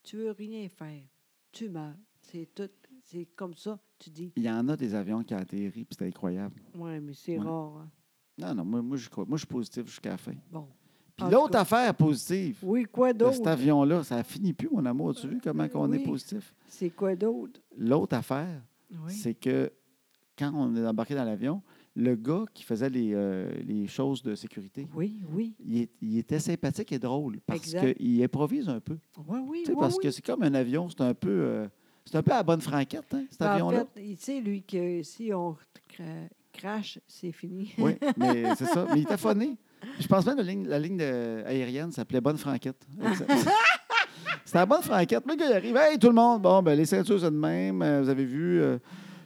Speaker 2: Tu veux rien faire. Tu meurs. C'est tout. C'est comme ça. Tu dis,
Speaker 1: Il y en a des avions qui atterrissent, puis c'est incroyable.
Speaker 2: ouais, mais c'est
Speaker 1: Ouais.
Speaker 2: rare. hein.
Speaker 1: Non, non, moi, moi, je, crois- moi je suis positif jusqu'à la fin.
Speaker 2: Bon.
Speaker 1: Puis
Speaker 2: En tout
Speaker 1: l'autre
Speaker 2: cas-
Speaker 1: affaire positive.
Speaker 2: Oui, quoi
Speaker 1: de cet
Speaker 2: d'autre?
Speaker 1: avion-là, ça finit plus, mon amour. Tu vu comment on est
Speaker 2: Oui.
Speaker 1: positif?
Speaker 2: C'est quoi d'autre?
Speaker 1: L'autre affaire,
Speaker 2: Oui.
Speaker 1: c'est que quand on est embarqué dans l'avion, le gars qui faisait les, euh, les choses de sécurité,
Speaker 2: Oui, oui.
Speaker 1: il, est- il était sympathique et drôle parce
Speaker 2: Exact.
Speaker 1: qu'il improvise un peu.
Speaker 2: Oui, oui,
Speaker 1: Tu sais,
Speaker 2: oui.
Speaker 1: parce
Speaker 2: oui.
Speaker 1: que c'est comme un avion, c'est un peu. euh, c'est un peu à la bonne franquette, hein, cet
Speaker 2: En
Speaker 1: avion-là.
Speaker 2: fait, il sait, lui, que si on cra- crache, c'est fini.
Speaker 1: Oui, mais c'est ça. Mais il était phoné. Je pense même que la ligne, la ligne de- aérienne s'appelait Bonne Franquette. C'était la Bonne Franquette. Le gars, il arrive. Hey, tout le monde. Bon, ben, les ceintures, c'est de même. Euh, Vous avez vu. euh,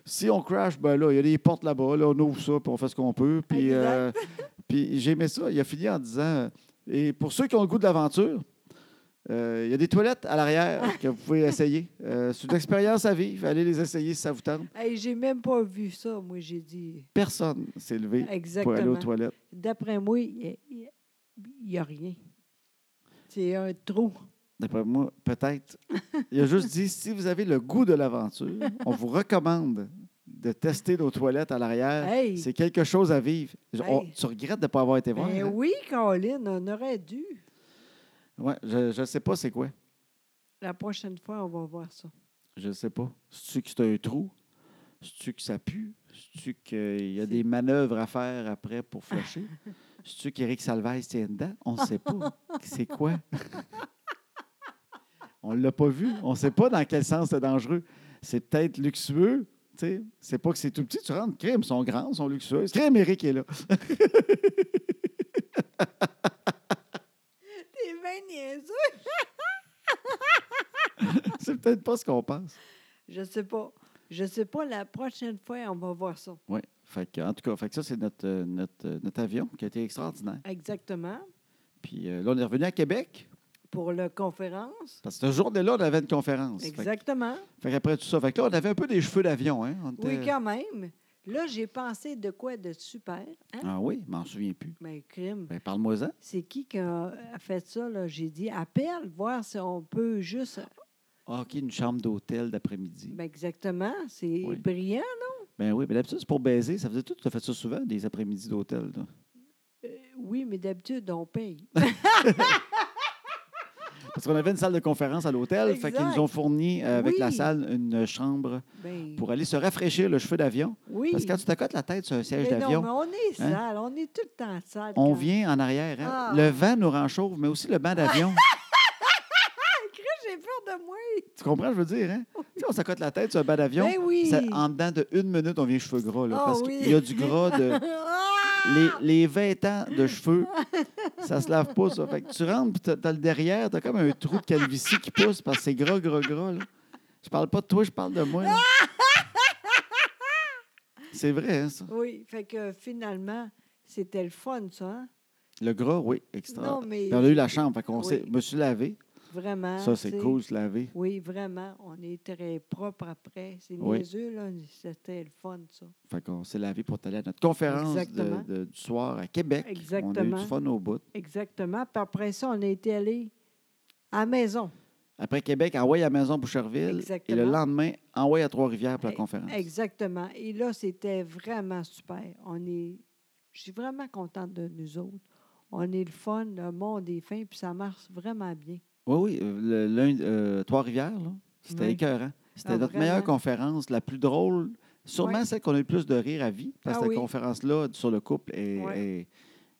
Speaker 1: si on crash, ben là, il y a des portes là-bas. Là, on ouvre ça, puis on fait ce qu'on peut. Puis,
Speaker 2: Exact.
Speaker 1: euh, puis j'aimais ça. Il a fini en disant euh, Et pour ceux qui ont le goût de l'aventure, euh, il y a des toilettes à
Speaker 2: Ah.
Speaker 1: l'arrière que vous pouvez essayer. Euh, c'est une expérience à vivre. Allez les essayer si ça vous tente.
Speaker 2: Hey, j'ai même pas vu ça, moi, j'ai dit.
Speaker 1: Personne s'est levé pour aller aux
Speaker 2: Exactement.
Speaker 1: toilettes.
Speaker 2: D'après moi, il n'y a, rien. C'est un trou.
Speaker 1: Euh, D'après moi, peut-être. Il a juste dit si vous avez le goût de l'aventure, on vous recommande de tester nos toilettes à l'arrière.
Speaker 2: Hey!
Speaker 1: C'est quelque chose à vivre. Je- on-
Speaker 2: Hey!
Speaker 1: tu regrettes de ne pas avoir été voir.
Speaker 2: Ben
Speaker 1: hein?
Speaker 2: oui, Caroline, on aurait dû.
Speaker 1: Ouais, je ne sais pas c'est quoi.
Speaker 2: La prochaine fois, on va voir ça.
Speaker 1: Je ne sais pas. C'est-tu que c'est un trou? C'est-tu que ça pue? C'est-tu qu'il y a
Speaker 2: C'est-
Speaker 1: des manœuvres à faire après pour flusher? C'est-tu qu'Éric Salvaille tient dedans? On ne sait pas. C'est quoi? on ne l'a pas vu. On ne sait pas dans quel sens c'est dangereux. C'est peut-être luxueux. tu sais. C'est pas que c'est tout petit. Tu rentres, crime, ils sont grands, ils sont luxueux. C'est crime, Éric est là.
Speaker 2: T'es bien niaiseux.
Speaker 1: c'est peut-être pas ce qu'on pense.
Speaker 2: Je sais pas. Je sais pas, la prochaine fois, on va voir ça.
Speaker 1: Oui. Fait que, en tout cas, fait que ça, c'est notre, euh, notre, euh, notre avion qui a été extraordinaire.
Speaker 2: Exactement.
Speaker 1: Puis euh, là, on est revenu à Québec.
Speaker 2: Pour la conférence.
Speaker 1: Parce que cette journée-là, on avait une conférence. Fait que-
Speaker 2: Exactement.
Speaker 1: Fait qu'après tout ça, fait que là, on avait un peu des cheveux d'avion, hein? On
Speaker 2: Oui,
Speaker 1: était-
Speaker 2: quand même. Là, j'ai pensé de quoi de super. Hein?
Speaker 1: Ah oui, m'en souviens plus.
Speaker 2: Ben, crime.
Speaker 1: Ben, parle-moi-en.
Speaker 2: C'est qui qui a a fait ça? là? J'ai dit, appelle, voir si on peut juste.
Speaker 1: Ah, OK, une chambre d'hôtel d'après-midi.
Speaker 2: Ben, exactement, c'est
Speaker 1: Oui.
Speaker 2: brillant.
Speaker 1: Ben oui, mais d'habitude, c'est pour baiser. Ça faisait tout, tu as fait ça souvent, des après-midi d'hôtel. là.
Speaker 2: Euh, Oui, mais d'habitude, on paye.
Speaker 1: Parce qu'on avait une salle de conférence à l'hôtel, fait qu'ils
Speaker 2: Exact.
Speaker 1: nous ont fourni euh, avec
Speaker 2: Oui.
Speaker 1: la salle une chambre
Speaker 2: Ben,
Speaker 1: pour aller se rafraîchir le cheveu d'avion.
Speaker 2: oui.
Speaker 1: Parce que quand tu t'accotes la tête sur un siège
Speaker 2: mais non,
Speaker 1: d'avion,
Speaker 2: mais on est
Speaker 1: Hein?
Speaker 2: sale. On est tout le temps sale.
Speaker 1: on
Speaker 2: quand-
Speaker 1: vient en arrière. hein.
Speaker 2: Ah.
Speaker 1: Le vent nous rend chauve, mais aussi le banc d'avion.
Speaker 2: J'ai peur de moi.
Speaker 1: tu comprends, je veux dire, hein? Tu sais, on s'accote la tête sur un banc d'avion.
Speaker 2: Ben oui.
Speaker 1: ça- en dedans de une minute, on vient cheveux gras. là,
Speaker 2: Ah
Speaker 1: parce
Speaker 2: oui.
Speaker 1: qu'il y a du gras de.
Speaker 2: Ah!
Speaker 1: les, les 20 ans de cheveux, ça se lave pas, ça. Fait que tu rentres, puis t'as as le derrière, t'as comme un trou de calvitie qui pousse parce que c'est gras, gras, gras. Là. Je parle pas de toi, je parle de moi. là. C'est vrai, hein, ça.
Speaker 2: Oui, fait que finalement, c'était le fun, ça. hein?
Speaker 1: Le gras, oui, extra.
Speaker 2: Non, mais
Speaker 1: Puis on a eu la chambre, fait qu'on
Speaker 2: Oui. Ah,
Speaker 1: s'est- me suis lavé.
Speaker 2: vraiment.
Speaker 1: ça, c'est
Speaker 2: tu sais,
Speaker 1: cool, se laver.
Speaker 2: Oui, vraiment. On est très propre après. C'est
Speaker 1: Oui.
Speaker 2: niaiseux, là. C'était le fun, ça.
Speaker 1: Fait qu'on s'est lavé pour aller à notre conférence de-
Speaker 2: Exactement.
Speaker 1: de- du soir à Québec. On a eu
Speaker 2: Exactement.
Speaker 1: du fun au bout.
Speaker 2: Exactement. Puis après ça, on a été allé à la maison.
Speaker 1: Après Québec, envoyé à Maison Boucherville. Et le
Speaker 2: Exactement.
Speaker 1: lendemain, envoyé à Trois-Rivières pour la
Speaker 2: Eh,
Speaker 1: conférence.
Speaker 2: Exactement. Et là, c'était vraiment super. On est. Je suis vraiment contente de nous autres. On est le fun, le monde est fin, puis ça marche vraiment bien.
Speaker 1: Oui, oui. euh, Le lundi, euh, Trois-Rivières, là, c'était
Speaker 2: Oui.
Speaker 1: écœurant. C'était
Speaker 2: Ah,
Speaker 1: notre
Speaker 2: vraiment?
Speaker 1: meilleure conférence, la plus drôle. Sûrement
Speaker 2: Oui.
Speaker 1: celle qu'on a eu le plus de rire à vie, parce
Speaker 2: Ah
Speaker 1: que cette
Speaker 2: oui.
Speaker 1: conférence-là sur le couple est,
Speaker 2: Oui.
Speaker 1: est-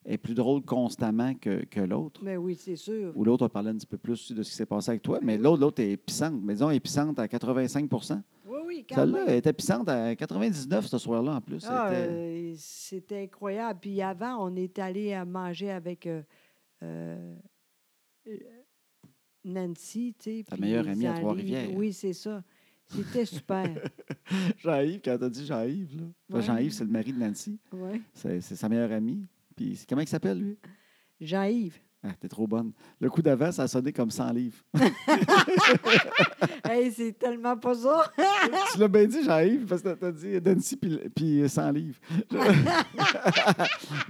Speaker 1: est plus drôle constamment que, que l'autre.
Speaker 2: Mais oui, c'est sûr.
Speaker 1: Ou l'autre, on parlait un petit peu plus de ce qui s'est passé avec toi, mais l'autre, l'autre est pissante. Mais disons, elle est pissante à 85
Speaker 2: Oui, oui, quand
Speaker 1: Celle-là
Speaker 2: même.
Speaker 1: elle était pissante à 99 ce soir-là, en plus.
Speaker 2: Ah,
Speaker 1: Elle était-
Speaker 2: euh, C'était incroyable. Puis avant, on est allé à manger avec euh, euh, euh, Nancy, tu sais.
Speaker 1: Ta
Speaker 2: puis
Speaker 1: meilleure
Speaker 2: les
Speaker 1: amie à
Speaker 2: olives.
Speaker 1: Trois-Rivières.
Speaker 2: Oui, c'est ça. C'était super.
Speaker 1: Jean-Yves, quand t'as dit Jean-Yves, là. Parce que
Speaker 2: Ouais.
Speaker 1: Jean-Yves, c'est le mari de Nancy.
Speaker 2: Ouais.
Speaker 1: C'est c'est sa meilleure amie. Puis, c'est- comment il s'appelle, lui?
Speaker 2: Jean-Yves.
Speaker 1: Ah, t'es trop bonne. Le coup d'avant, ça a sonné comme 100 livres.
Speaker 2: Hey, c'est tellement pas ça.
Speaker 1: tu l'as bien dit, j'arrive, parce que t'as dit Nancy puis- puis 100 livres.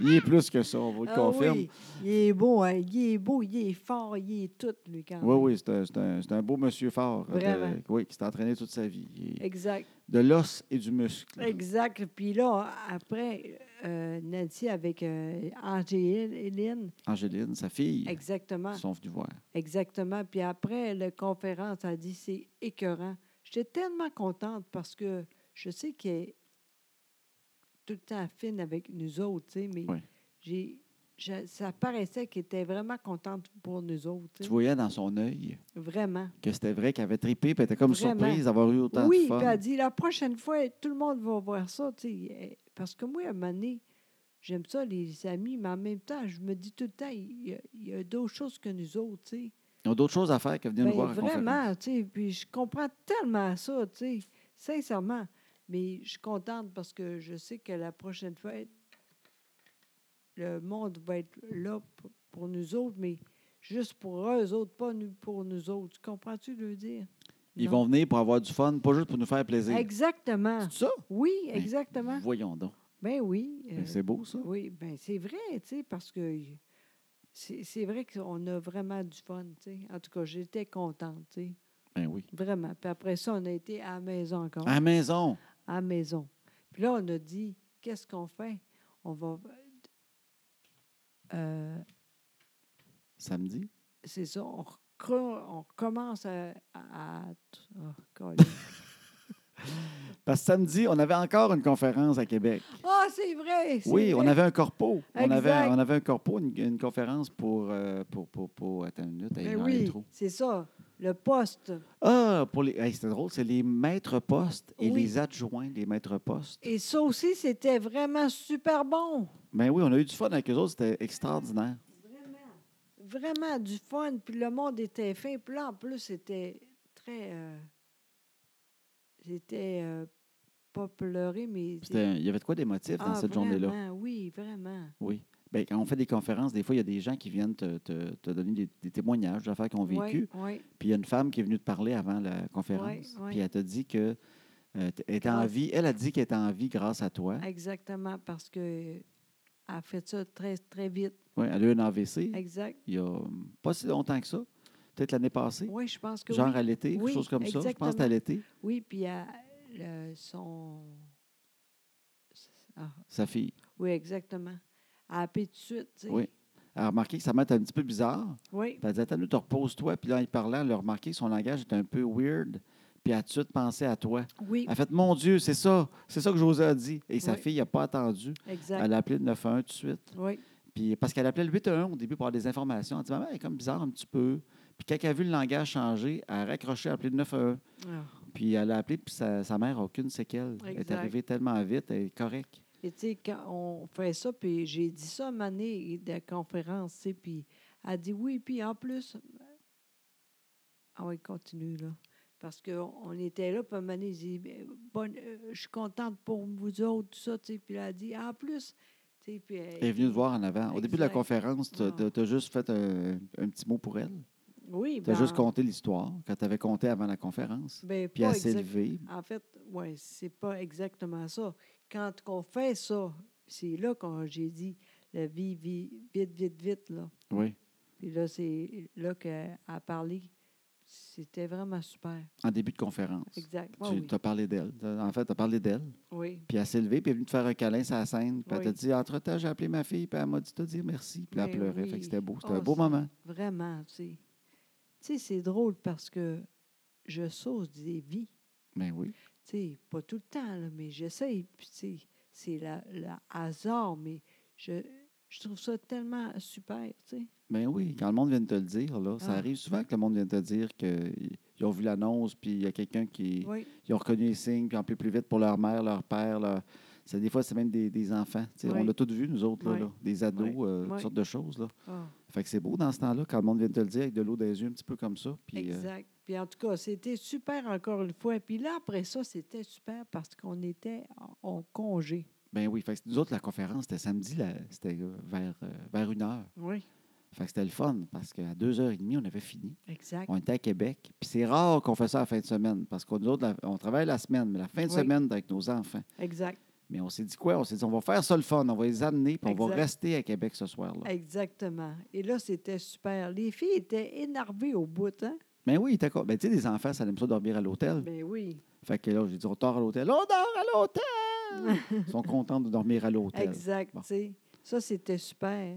Speaker 1: il est plus que ça, on vous le
Speaker 2: Ah
Speaker 1: confirme.
Speaker 2: oui. Il est beau, hein. Il est beau, il est fort, il est tout, lui, quand
Speaker 1: Oui,
Speaker 2: même.
Speaker 1: oui, c'est un, c'est un- c'est un beau monsieur fort. euh, de-
Speaker 2: Vraiment.
Speaker 1: oui, qui s'est entraîné toute sa vie. Il est
Speaker 2: Exact.
Speaker 1: De l'os et du muscle.
Speaker 2: Exact. Puis là, après, euh, Nancy avec euh, Angéline,
Speaker 1: Angéline, sa fille,
Speaker 2: exactement.
Speaker 1: sont venus voir.
Speaker 2: Exactement. Puis après, la conférence a dit c'est écœurant. J'étais tellement contente parce que je sais qu'elle est tout le temps fine avec nous autres, tu sais, mais
Speaker 1: Oui.
Speaker 2: j'ai, je- ça paraissait qu'elle était vraiment contente pour nous autres. tu
Speaker 1: Tu
Speaker 2: sais.
Speaker 1: voyais dans son œil
Speaker 2: Vraiment.
Speaker 1: que c'était vrai qu'elle avait trippé, puis elle était comme
Speaker 2: Vraiment.
Speaker 1: surprise d'avoir eu autant
Speaker 2: oui,
Speaker 1: de
Speaker 2: puis elle
Speaker 1: fun.
Speaker 2: a dit la prochaine fois, tout le monde va voir ça, tu sais. Eh, Parce que moi, à un moment donné, j'aime ça, les amis, mais en même temps, je me dis tout le temps, il y a, il y a d'autres choses que nous autres, tu sais.
Speaker 1: Ils ont d'autres choses à faire que venir nous
Speaker 2: Ben,
Speaker 1: voir à la conférence.
Speaker 2: vraiment, tu sais, puis je comprends tellement ça, tu sais, sincèrement. Mais je suis contente parce que je sais que la prochaine fête, le monde va être là p- pour nous autres, mais juste pour eux autres, pas nous, pour nous autres. Tu comprends-tu le dire?
Speaker 1: Ils
Speaker 2: Non.
Speaker 1: vont venir pour avoir du fun, pas juste pour nous faire plaisir.
Speaker 2: Exactement.
Speaker 1: C'est ça?
Speaker 2: Oui, exactement.
Speaker 1: Voyons donc.
Speaker 2: Ben oui. euh,
Speaker 1: Ben, C'est beau, ça.
Speaker 2: oui, ben c'est vrai, tu sais, parce que y- c'est c'est vrai qu'on a vraiment du fun, tu sais. En tout cas, j'étais contente, tu sais.
Speaker 1: Ben oui.
Speaker 2: Vraiment. Puis après ça, on a été à la maison encore.
Speaker 1: À la maison.
Speaker 2: À la maison. Puis là, on a dit, qu'est-ce qu'on fait? On va... Euh,
Speaker 1: Samedi.
Speaker 2: c'est ça, on, recro- on commence à... à- à- oh, colline.
Speaker 1: Parce que samedi, on avait encore une conférence à Québec.
Speaker 2: Ah, c'est vrai! c'est
Speaker 1: Oui, on
Speaker 2: vrai.
Speaker 1: avait un corpo. On
Speaker 2: Exact.
Speaker 1: avait, on avait un corpo, une, une conférence pour, euh, pour, pour, pour- Attends une minute,
Speaker 2: Ben
Speaker 1: elle est dans les
Speaker 2: oui,
Speaker 1: trous.
Speaker 2: c'est ça, le poste.
Speaker 1: Ah, pour les. hey, C'était drôle, c'est les maîtres postes et
Speaker 2: Oui.
Speaker 1: les adjoints des maîtres postes.
Speaker 2: Et ça aussi, c'était vraiment super bon.
Speaker 1: Ben oui, on a eu du fun avec eux autres, c'était extraordinaire.
Speaker 2: Vraiment du fun. Puis le monde était fin. Puis là, en plus, c'était très... euh, c'était euh, pas pleuré, mais...
Speaker 1: C'était- Il y avait de quoi d'émotif dans
Speaker 2: Ah,
Speaker 1: cette journée-là.
Speaker 2: vraiment, Oui, vraiment.
Speaker 1: Oui. Ben, quand on fait des conférences, des fois, il y a des gens qui viennent te, te- te donner des, des témoignages d'affaires qu'ils ont vécues.
Speaker 2: Oui,
Speaker 1: Puis il y a une femme qui est venue te parler avant la conférence.
Speaker 2: ouais.
Speaker 1: Puis elle t'a dit que euh, t- elle était en
Speaker 2: Grâce-
Speaker 1: vie. Elle a dit qu'elle était en vie grâce à toi.
Speaker 2: oui, exactement, parce que euh, elle a fait ça très, très vite.
Speaker 1: Ouais, elle a eu un AVC
Speaker 2: Exact.
Speaker 1: il y a hum, pas si longtemps que ça. Peut-être l'année passée.
Speaker 2: Oui, je pense que
Speaker 1: genre
Speaker 2: oui.
Speaker 1: à l'été, quelque
Speaker 2: Oui,
Speaker 1: chose comme ça. Je pense que c'était à
Speaker 2: exactement.
Speaker 1: l'été.
Speaker 2: Oui, puis elle- le- son... Ah,
Speaker 1: Sa fille.
Speaker 2: oui, exactement. à appeler tout de suite. tu sais.
Speaker 1: Oui. Elle a remarqué que sa mère était un petit peu bizarre.
Speaker 2: Oui.
Speaker 1: Puis elle disait, attends, nous, te repose-toi. Puis là, en y parlant, elle a remarqué que son langage était un peu weird. Puis elle a tout de suite pensé à toi.
Speaker 2: Oui,
Speaker 1: Elle a fait, mon Dieu, c'est ça. C'est ça que José a dit. Et sa
Speaker 2: Oui.
Speaker 1: fille n'a pas attendu.
Speaker 2: exact.
Speaker 1: Elle a appelé le 911 tout de suite.
Speaker 2: Oui.
Speaker 1: Puis parce qu'elle appelait le 811 au début pour avoir des informations. Elle dit, maman, elle est comme bizarre un petit peu. Puis quand elle a vu le langage changer, elle a raccroché, elle a appelé le 911.
Speaker 2: Ah.
Speaker 1: Puis elle a appelé, puis sa, sa mère n'a aucune séquelle. Elle est
Speaker 2: Exact.
Speaker 1: arrivée tellement vite, elle est correcte.
Speaker 2: Et tu sais, quand on fait ça, puis j'ai dit ça à Mané de la conférence, tu sais, puis elle dit oui, puis en plus. Ah oui, continue, là. Parce qu'on était là, puis Mané dit Ben, bonne, euh, je suis contente pour vous autres, tout ça, tu sais, puis elle a dit ah, en plus. tu sais, Puis
Speaker 1: Elle est venue te voir en avant. Au début de la
Speaker 2: Exact.
Speaker 1: conférence, tu
Speaker 2: Ah.
Speaker 1: as, juste fait un, un petit mot pour elle.
Speaker 2: Oui,
Speaker 1: Tu as
Speaker 2: ben,
Speaker 1: juste compté l'histoire que tu avais compté avant la conférence.
Speaker 2: ben,
Speaker 1: Puis
Speaker 2: pas
Speaker 1: elle s'est
Speaker 2: exact-
Speaker 1: levée.
Speaker 2: En fait, oui, c'est pas exactement ça. Quand on fait ça, c'est là que j'ai dit le vie, vie, vite, vite, vite, là.
Speaker 1: Oui.
Speaker 2: Puis là, c'est là qu'elle a parlé. C'était vraiment super.
Speaker 1: En début de conférence.
Speaker 2: Exact. Ouais,
Speaker 1: Tu
Speaker 2: oh oui.
Speaker 1: as parlé d'elle. T'as- En fait, tu as parlé d'elle.
Speaker 2: oui.
Speaker 1: Puis elle s'est levée, puis elle est venue te faire un câlin sur la scène. Puis elle t'a
Speaker 2: Oui.
Speaker 1: dit Entre-temps, j'ai appelé ma fille, puis elle m'a dit de dire merci. Puis là, elle
Speaker 2: Ben
Speaker 1: pleurait. Fait
Speaker 2: oui.
Speaker 1: que c'était beau. C'était
Speaker 2: Oh,
Speaker 1: un beau
Speaker 2: c'est-
Speaker 1: moment.
Speaker 2: Vraiment, tu sais. Tu sais, c'est drôle parce que je sauce des vies.
Speaker 1: Ben oui.
Speaker 2: Tu sais, pas tout le temps, là, mais j'essaye. Puis, tu sais, c'est la- le hasard, mais je, je trouve ça tellement super, tu sais.
Speaker 1: Ben oui. Quand le monde vient de te le dire, là, ça
Speaker 2: Ah.
Speaker 1: arrive souvent que le monde vient de te dire qu'ils ont vu l'annonce, puis il y a quelqu'un qui.
Speaker 2: Oui,
Speaker 1: ils ont reconnu les signes, puis en plus plus vite pour leur mère, leur père. leur- C'est, des fois, c'est même des, des enfants. Tu sais,
Speaker 2: Oui.
Speaker 1: On l'a tous vu, nous autres, là,
Speaker 2: Oui.
Speaker 1: là. des ados,
Speaker 2: Oui.
Speaker 1: euh, toutes
Speaker 2: Oui.
Speaker 1: sortes de choses. Là.
Speaker 2: Ah,
Speaker 1: Fait que c'est beau dans ce temps-là, quand le monde vient de te le dire avec de l'eau des yeux, un petit peu comme ça. Puis, euh,
Speaker 2: exact. Puis en tout cas, c'était super encore une fois. Puis là, après ça, c'était super parce qu'on était en, en congé.
Speaker 1: ben oui, fait que nous autres, la conférence, c'était samedi, là, c'était euh, vers, euh, vers une heure.
Speaker 2: Oui,
Speaker 1: Fait que c'était le fun, parce qu'à deux heures et demie, on avait fini.
Speaker 2: exact.
Speaker 1: On était à Québec. Puis c'est rare qu'on fait ça à la fin de semaine, parce qu'on nous autres, la- on travaille la semaine, mais la fin de
Speaker 2: Oui.
Speaker 1: semaine, avec nos enfants.
Speaker 2: Exact.
Speaker 1: Mais on s'est dit quoi? On s'est dit, on va faire ça le fun, on va les amener, puis on va
Speaker 2: Exact.
Speaker 1: rester à Québec ce soir-là.
Speaker 2: Exactement. Et là, c'était super. Les filles étaient énervées au bout, hein?
Speaker 1: Ben oui, d'accord. Ben, tu sais, les enfants, ça aime ça dormir à l'hôtel.
Speaker 2: Ben oui.
Speaker 1: Fait que là, j'ai dit, on dort à l'hôtel. On dort à l'hôtel! ils sont contents de dormir à l'hôtel.
Speaker 2: Exact,
Speaker 1: Bon.
Speaker 2: tu sais. Ça, c'était super.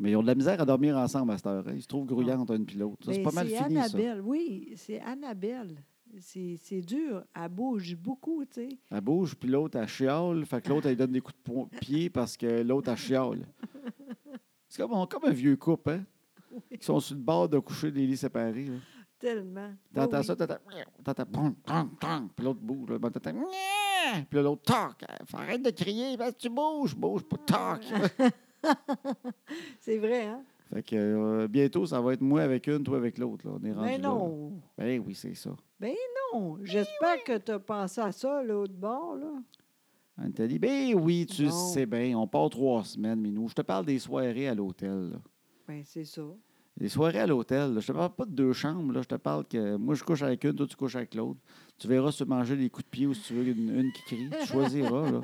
Speaker 1: Mais ils ont de la misère à dormir ensemble à cette heure. hein. Ils se trouvent grouillants une puis l'autre. Ça, C'est
Speaker 2: Ben,
Speaker 1: pas mal
Speaker 2: c'est
Speaker 1: fini, ça.
Speaker 2: Annabelle, oui, c'est Annabelle. C'est c'est dur. Elle bouge beaucoup, tu sais.
Speaker 1: Elle bouge, puis l'autre, elle chiale. Fait que l'autre, elle lui donne des coups de po- pied parce que l'autre, elle chiale. C'est comme, comme un vieux couple, hein? Ils sont sur le bord de coucher des lits séparés. là.
Speaker 2: Tellement.
Speaker 1: T'entends
Speaker 2: Ah oui.
Speaker 1: ça, t'entends. T'entends. Boum, tang, tang. Puis l'autre bouge. là, bon, t'entends, Miaou! Puis là, l'autre, toc. Arrête de crier. Parce que tu bouges, bouge pas. Toc.
Speaker 2: C'est vrai, hein?
Speaker 1: fait que euh, bientôt, ça va être moi avec une, toi avec l'autre. là. On est rendu
Speaker 2: Ben
Speaker 1: là, là.
Speaker 2: non.
Speaker 1: Ben oui, c'est ça.
Speaker 2: Non. J'espère que tu as pensé à ça, l'autre bord, là.
Speaker 1: On t'a dit, ben oui, tu
Speaker 2: Non.
Speaker 1: sais bien, on part trois semaines, Minou. Je te parle des soirées à l'hôtel. là.
Speaker 2: Ben, c'est ça.
Speaker 1: Les soirées à l'hôtel, là, je te parle pas de deux chambres. Là. Je te parle que moi, je couche avec une, toi, tu couches avec l'autre. Tu verras se manger les coups de pied ou si tu veux une, une qui crie. Tu choisiras. Là.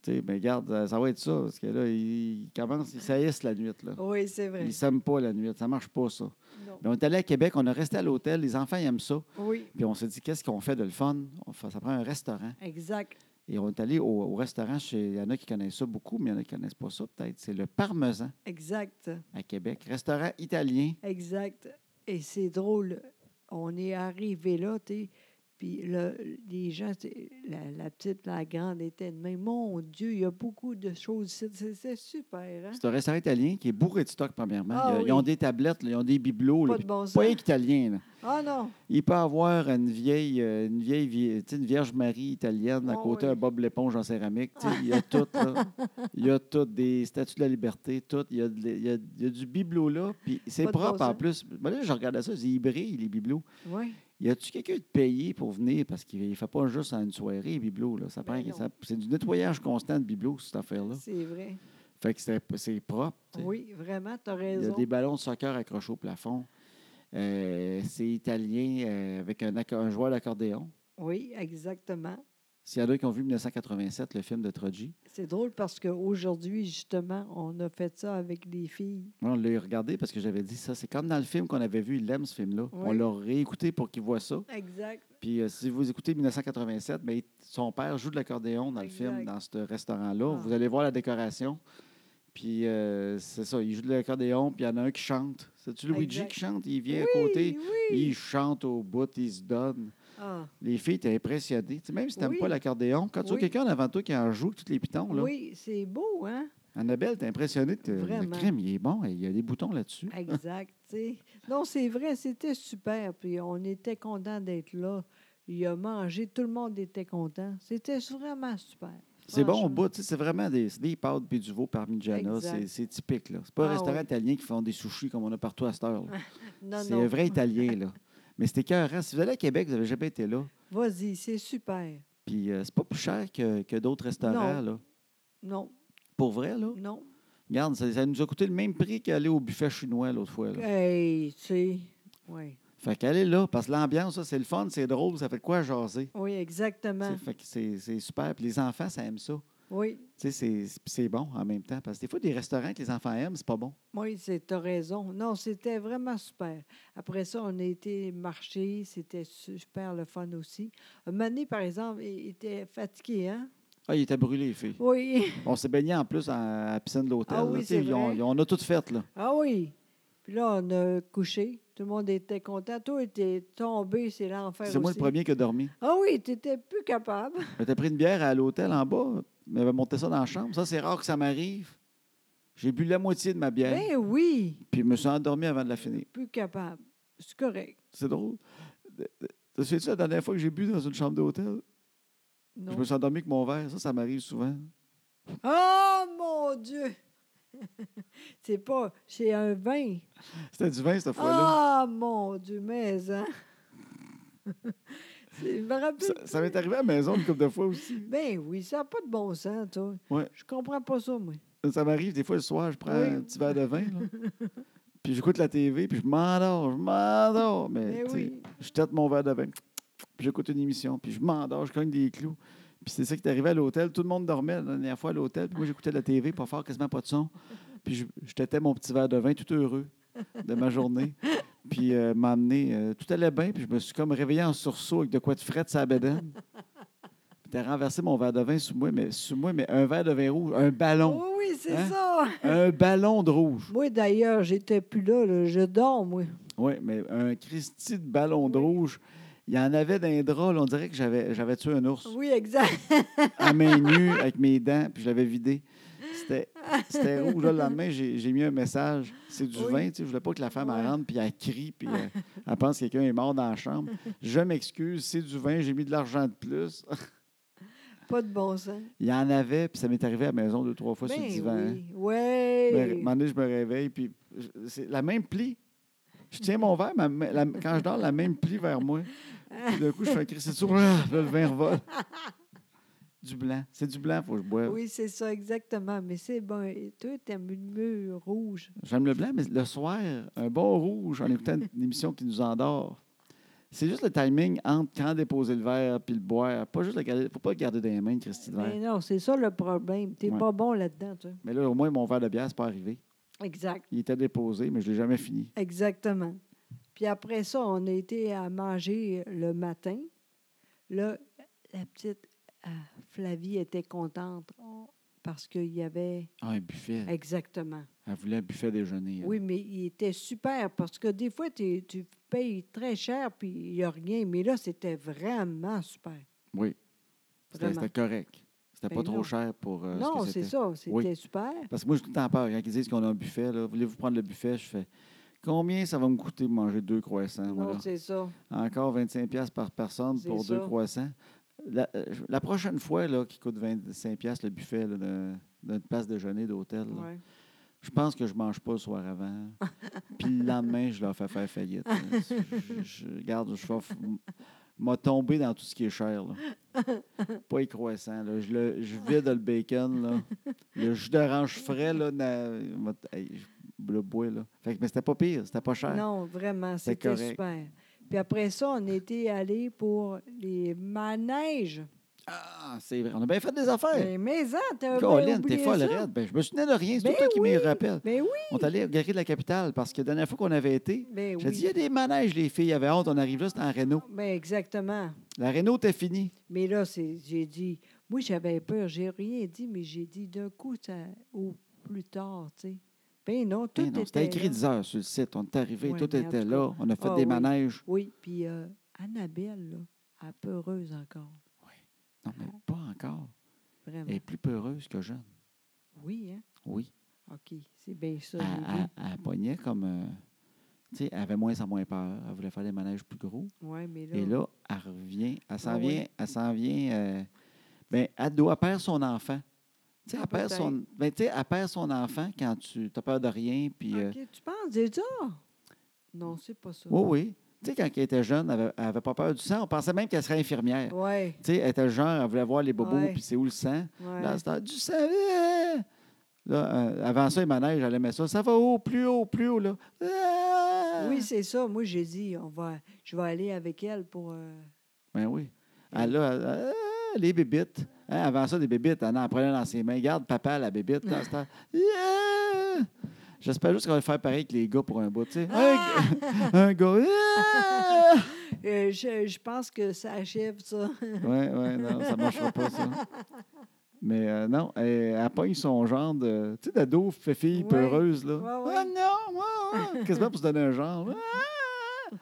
Speaker 1: tu sais, mais regarde, ça, ça va être ça. Parce que là, ils commencent, ils saillissent la nuit. Là.
Speaker 2: Oui, c'est vrai.
Speaker 1: Ils s'aiment pas la nuit. Ça marche pas, ça.
Speaker 2: Non.
Speaker 1: Mais on est allé à Québec, on a resté à l'hôtel. Les enfants, ils aiment ça.
Speaker 2: Oui,
Speaker 1: Puis on s'est dit, qu'est-ce qu'on fait de le fun? On fait- ça prend un restaurant.
Speaker 2: exact.
Speaker 1: Et on est allé au, au restaurant chez. Il y en a qui connaissent ça beaucoup, mais il y en a qui connaissent pas ça, peut-être. C'est le Parmesan
Speaker 2: Exact.
Speaker 1: à Québec. Restaurant italien.
Speaker 2: Exact. Et c'est drôle. On est arrivé là, tu sais, Puis là, les gens, tu sais, la, la petite, la grande était de même. Mon Dieu, il y a beaucoup de choses ici. C'est- C'est super, hein?
Speaker 1: C'est un restaurant italien qui est bourré de stock, premièrement.
Speaker 2: Ah
Speaker 1: ils,
Speaker 2: oui.
Speaker 1: ils ont des tablettes, là, ils ont des bibelots. là,
Speaker 2: Pas de
Speaker 1: puis
Speaker 2: bon
Speaker 1: pas
Speaker 2: sens.
Speaker 1: rien qu'italien. là.
Speaker 2: Ah non!
Speaker 1: Il peut avoir une vieille, euh, une vieille, vie- tu sais, une Vierge Marie italienne à
Speaker 2: Oh
Speaker 1: côté,
Speaker 2: oui.
Speaker 1: un Bob l'éponge en céramique. tu sais, Il y a tout. là. Il y a tout, des statues de la liberté, tout. Il y a, de- il y a- il y a du bibelot là. Puis c'est
Speaker 2: Pas de bon
Speaker 1: propre en
Speaker 2: sens.
Speaker 1: plus. Moi, là, je regardais ça, je dis, ils brillent, les bibelots.
Speaker 2: Oui.
Speaker 1: Y a-tu quelqu'un de payé pour venir? Parce qu'il ne fait pas juste en une soirée, les bibelots. Là. Ça
Speaker 2: Ben
Speaker 1: prend-
Speaker 2: non.
Speaker 1: ça- c'est du nettoyage constant de bibelots, cette affaire-là.
Speaker 2: C'est vrai.
Speaker 1: Fait que c'est, c'est propre. tu sais.
Speaker 2: Oui, vraiment, tu as
Speaker 1: Il y a
Speaker 2: raison.
Speaker 1: des ballons de soccer accrochés au plafond. Euh, c'est italien euh, avec un, acco- un joueur d'accordéon.
Speaker 2: Oui, exactement.
Speaker 1: S'il y en a qui ont vu 1987, le film de Troji,
Speaker 2: C'est drôle parce qu'aujourd'hui, justement, on a fait ça avec des filles.
Speaker 1: on l'a regardé parce que j'avais dit ça. C'est comme dans le film qu'on avait vu, il aime ce film-là. On
Speaker 2: Oui.
Speaker 1: l'a réécouté pour qu'il voit ça.
Speaker 2: Exact.
Speaker 1: Puis euh, si vous écoutez 1987, ben, il- son père joue de l'accordéon dans le film,
Speaker 2: Exact.
Speaker 1: dans ce restaurant-là.
Speaker 2: Ah.
Speaker 1: Vous allez voir la décoration. Puis euh, c'est ça, il joue de l'accordéon, puis il y en a un qui chante. C'est-tu Luigi
Speaker 2: Exact.
Speaker 1: qui chante? Il vient à côté,
Speaker 2: Oui.
Speaker 1: il chante au bout, il se donne.
Speaker 2: Ah,
Speaker 1: Les filles étaient impressionnées. Tu sais, même si tu n'aimes
Speaker 2: Oui.
Speaker 1: pas l'accordéon, quand tu vois
Speaker 2: Oui.
Speaker 1: quelqu'un devant toi qui en joue avec tous les pitons, là,
Speaker 2: oui, c'est beau, hein?
Speaker 1: Annabelle, t'es impressionnée. t'es- Le
Speaker 2: Vraiment. Ah,
Speaker 1: crème, il est bon, il y a des boutons là-dessus.
Speaker 2: Exact. tu sais. non, c'est vrai, c'était super. Puis on était content d'être là. Il a mangé, tout le monde était content. C'était vraiment super.
Speaker 1: C'est bon au
Speaker 2: Franchement.
Speaker 1: bout, tu sais, c'est vraiment des, c'est des pâtes puis du veau parmigiana,
Speaker 2: Exact.
Speaker 1: c'est c'est typique. là. C'est pas un
Speaker 2: Ah
Speaker 1: restaurant
Speaker 2: oui.
Speaker 1: italien qui font des sushis comme on a partout à cette heure. là.
Speaker 2: Non,
Speaker 1: C'est
Speaker 2: non.
Speaker 1: un vrai italien, là. Mais c'était écœurant. Si vous allez à Québec, vous n'avez jamais été là.
Speaker 2: Vas-y, c'est super.
Speaker 1: Puis euh, c'est pas plus cher que, que d'autres restaurants, là.
Speaker 2: Non,
Speaker 1: Pour vrai, là.
Speaker 2: non.
Speaker 1: Regarde, ça, ça nous a coûté le même prix qu'aller au buffet chinois l'autre fois.
Speaker 2: Euh.
Speaker 1: là.
Speaker 2: Hey, tu sais. Oui.
Speaker 1: Fait qu'aller là, parce que l'ambiance, ça, c'est le fun, c'est drôle, ça fait de quoi jaser.
Speaker 2: Oui,
Speaker 1: Tu sais,
Speaker 2: exactement.
Speaker 1: Fait que c'est c'est super. Puis les enfants, ça aime ça.
Speaker 2: Oui,
Speaker 1: Tu sais, c'est- c'est c'est bon en même temps. Parce que des fois, des restaurants que les enfants aiment, c'est pas bon.
Speaker 2: oui, c'est- t'as raison. Non, c'était vraiment super. Après ça, on a été marcher. C'était super le fun aussi. Mané, par exemple, il était fatigué, hein?
Speaker 1: Ah, il était brûlé, les filles.
Speaker 2: Oui.
Speaker 1: On s'est baigné en plus à à la piscine de l'hôtel.
Speaker 2: Ah
Speaker 1: là,
Speaker 2: oui,
Speaker 1: tu sais,
Speaker 2: c'est
Speaker 1: ils ont-
Speaker 2: vrai.
Speaker 1: ils ont- on a tout fait, là.
Speaker 2: Ah oui. Puis là, on a couché. Tout le monde était content. Toi, t'es tombé, c'est l'enfer
Speaker 1: C'est moi le
Speaker 2: aussi.
Speaker 1: premier qui a dormi.
Speaker 2: Ah oui, t'étais plus capable.
Speaker 1: Mais t'as pris une bière à l'hôtel en bas. Il m'avait monté ça dans la chambre. Ça, c'est rare que ça m'arrive. J'ai bu la moitié de ma bière,
Speaker 2: Ben oui,
Speaker 1: puis je me suis endormi avant de la finir.
Speaker 2: plus capable. C'est correct.
Speaker 1: C'est drôle. Euh, euh, Te souviens-tu la dernière fois que j'ai bu dans une chambre d'hôtel?
Speaker 2: Non.
Speaker 1: Je me suis endormi avec mon verre. Ça, ça m'arrive souvent.
Speaker 2: Oh mon Dieu! c'est pas. C'est un vin.
Speaker 1: C'était du vin cette fois-là.
Speaker 2: Ah mon Dieu, mais hein? C'est- je me rappelle
Speaker 1: Ça, ça m'est arrivé à la maison une couple de fois aussi.
Speaker 2: Ben oui, ça n'a pas de bon sens, toi.
Speaker 1: Ouais.
Speaker 2: Je comprends pas ça, moi.
Speaker 1: Ça m'arrive des fois le soir, je prends
Speaker 2: Oui.
Speaker 1: un petit verre de vin, là. puis j'écoute la TV, puis je m'endors, je m'endors. Mais
Speaker 2: Ben
Speaker 1: tu sais,
Speaker 2: oui.
Speaker 1: je tâte mon verre de vin, puis j'écoute une émission, puis je m'endors, je cogne des clous. Puis c'est ça qui est arrivé à l'hôtel. Tout le monde dormait la dernière fois à l'hôtel, puis moi j'écoutais la TV, pas fort, quasiment pas de son. Puis je, je tâtais mon petit verre de vin, tout heureux de ma journée. Puis euh, m'emmener, euh, tout allait bien, puis je me suis comme réveillé en sursaut avec de quoi de fret sa bédaine. Puis t'as renversé mon verre de vin sous moi, mais sous moi, mais un verre de vin rouge, un ballon.
Speaker 2: Oui, oui, c'est
Speaker 1: Hein?
Speaker 2: ça.
Speaker 1: Un ballon de rouge.
Speaker 2: Moi, d'ailleurs, j'étais plus là, là. Je dors, moi.
Speaker 1: Oui, mais un Christy de ballon de rouge. Il y en avait d'un drôle. On dirait que j'avais, j'avais tué un ours
Speaker 2: Oui, exact.
Speaker 1: à main nue avec mes dents, puis je l'avais vidé. C'était, c'était rouge. Là, le lendemain, j'ai, j'ai mis un message. C'est du
Speaker 2: Oui.
Speaker 1: vin, tu sais. Je voulais pas que la femme elle
Speaker 2: Ouais.
Speaker 1: rentre, puis elle crie, puis euh, elle pense que quelqu'un est mort dans la chambre. Je m'excuse, c'est du vin, j'ai mis de l'argent de plus.
Speaker 2: Pas de bon sens. Ben
Speaker 1: Il y en avait, puis ça m'est arrivé à la maison deux, trois fois sur Ben, le divan. hein.
Speaker 2: oui. Ouais.
Speaker 1: Mais, un moment donné, je me réveille, puis je- c'est la même plie. Je tiens mon verre, ma main- la- quand je dors, la même plie vers moi. Puis d'un coup, je fais un cri, c'est sûr, ah, le vin revole. Du blanc. C'est du blanc, faut que je boive.
Speaker 2: Oui, c'est ça, exactement. Mais c'est bon. Et toi, t'aimes le mur rouge.
Speaker 1: J'aime le blanc, mais le soir, un bon rouge en écoutant une- une émission qui nous endort. C'est juste le timing entre quand déposer le verre puis le boire. Pas juste le garder, faut pas le garder dans les mains, Christy de verre.
Speaker 2: Mais Ben non, c'est ça le problème. T'es
Speaker 1: Ouais.
Speaker 2: pas bon là-dedans, toi.
Speaker 1: Mais là, au moins, mon verre de bière, c'est pas arrivé.
Speaker 2: Exact.
Speaker 1: Il était déposé, mais je l'ai jamais fini.
Speaker 2: Exactement. Puis après ça, on a été à manger le matin. Là, la petite euh, Flavie était contente on- parce qu'il y avait.
Speaker 1: Ah, un buffet.
Speaker 2: Exactement.
Speaker 1: Elle voulait un buffet déjeuner. hein. elle.
Speaker 2: Oui, mais il était super parce que des fois, t'es- tu payes très cher puis il n'y a rien. Mais là, c'était vraiment super.
Speaker 1: Oui. C'était
Speaker 2: Vraiment.
Speaker 1: c'était correct. C'était
Speaker 2: Ben
Speaker 1: pas trop
Speaker 2: non.
Speaker 1: cher pour euh, ce
Speaker 2: non,
Speaker 1: que
Speaker 2: c'est
Speaker 1: c'était.
Speaker 2: ça. C'était
Speaker 1: Oui. Ah,
Speaker 2: super.
Speaker 1: Parce que moi, j'ai tout le temps peur. Quand ils disent qu'on a un buffet, là, voulez-vous prendre le buffet? Je fais, combien ça va me coûter de manger deux croissants?
Speaker 2: Non,
Speaker 1: voilà?
Speaker 2: c'est ça.
Speaker 1: Encore 25$ piastres par personne
Speaker 2: C'est
Speaker 1: pour deux
Speaker 2: ça.
Speaker 1: croissants. La, euh, la prochaine fois là, qui coûte 25$ piastres le buffet là, de- d'une place déjeuner d'hôtel, là,
Speaker 2: Ouais.
Speaker 1: je pense que je mange pas le soir avant. Puis le lendemain, je leur fais faire faillite. là. Je, je- regarde, je vais f- m'a tombé dans tout ce qui est cher. là. Pas les croissants. là. Je, le- je vide le bacon. Là. Le jus d'orange frais, là, na- m'a- hey, je- le bois. Là. Fait que- mais c'était pas pire, c'était pas cher.
Speaker 2: Non, vraiment,
Speaker 1: C'est
Speaker 2: c'était
Speaker 1: correct.
Speaker 2: super. Puis après ça, on était allé pour les manèges.
Speaker 1: Ah, c'est vrai. On a bien fait des affaires.
Speaker 2: Mais, mais hein, t'as bien
Speaker 1: Colin,
Speaker 2: oublié
Speaker 1: t'es folle,
Speaker 2: ça.
Speaker 1: raide. Ben, je me souvenais de rien. C'est
Speaker 2: Ben
Speaker 1: toi qui me
Speaker 2: oui.
Speaker 1: rappelle.
Speaker 2: Mais oui,
Speaker 1: On est allé au Galerie de la Capitale parce que la dernière fois qu'on avait été,
Speaker 2: mais
Speaker 1: j'ai
Speaker 2: Ben oui.
Speaker 1: dit, il y a des manèges, les filles. Il y avait honte. On arrive là, c'était en Renault.
Speaker 2: Mais exactement.
Speaker 1: La Renault était finie.
Speaker 2: Mais là, c'est- j'ai dit, moi, j'avais peur, j'ai rien dit, mais j'ai dit d'un coup, ça, ou plus tard, tu sais. Ben non,
Speaker 1: Eh
Speaker 2: tout
Speaker 1: non,
Speaker 2: était.
Speaker 1: C'était écrit
Speaker 2: là.
Speaker 1: 10 heures sur le site. On est arrivé,
Speaker 2: Ouais,
Speaker 1: tout
Speaker 2: mais en
Speaker 1: était
Speaker 2: tout
Speaker 1: là. On a fait
Speaker 2: Ah
Speaker 1: des
Speaker 2: oui.
Speaker 1: manèges.
Speaker 2: Oui, puis euh, Annabelle, là, elle est peureuse encore.
Speaker 1: Non,
Speaker 2: Ah.
Speaker 1: mais pas encore.
Speaker 2: Vraiment.
Speaker 1: Elle est plus peureuse que jeune.
Speaker 2: Oui, hein?
Speaker 1: Oui.
Speaker 2: OK, c'est bien ça.
Speaker 1: Elle,
Speaker 2: j'ai
Speaker 1: elle- elle pognait comme. euh, tu sais, elle avait moins en moins peur. Elle voulait faire des manèges plus gros.
Speaker 2: dit. Ouais, mais là.
Speaker 1: Et là, elle revient. Elle s'en
Speaker 2: Ah oui.
Speaker 1: vient. Elle s'en vient. euh, ben, elle doit perdre son enfant. Tu sais,
Speaker 2: Ah,
Speaker 1: elle, perd son- ben, tu sais, elle perd son enfant quand tu as peur de rien. Puis, euh,
Speaker 2: Ah,
Speaker 1: Oh,
Speaker 2: OK, tu penses déjà? Non, c'est pas ça.
Speaker 1: oui, oui. Tu sais, quand elle était jeune, elle avait- elle avait pas peur du sang. On pensait même qu'elle serait infirmière.
Speaker 2: Ouais,
Speaker 1: Tu sais, elle était genre, elle voulait voir les bobos,
Speaker 2: Ouais.
Speaker 1: puis c'est où le sang.
Speaker 2: ouais.
Speaker 1: Là, c'était du sang. ah! Là, euh, avant ça, les manèges, elle aimait ça. Ça va haut, plus haut, plus haut, là. Ah!
Speaker 2: Oui, c'est ça. Moi, j'ai dit, on va, je vais aller avec elle pour. euh,
Speaker 1: Ben oui. Elle, là, elle- ah, les bébites. Hein, avant ça, des bébites, elle en prenait dans ses mains. Garde papa la bébite. Là, c'était, Ah! J'espère juste qu'on va le faire pareil avec les gars pour un bout, tu sais. Un,
Speaker 2: Ah!
Speaker 1: g- un gars. Ah!
Speaker 2: euh, je, je pense que ça achève ça.
Speaker 1: Oui, oui, non, ça ne marchera pas, ça. Mais euh, non, elle, elle pogne son genre de. Tu sais, d'ado, fille
Speaker 2: Ouais.
Speaker 1: peureuse, là.
Speaker 2: Ouais, ouais.
Speaker 1: Ah non, ouais, ouais. Quasiment pour se donner un genre. Ah!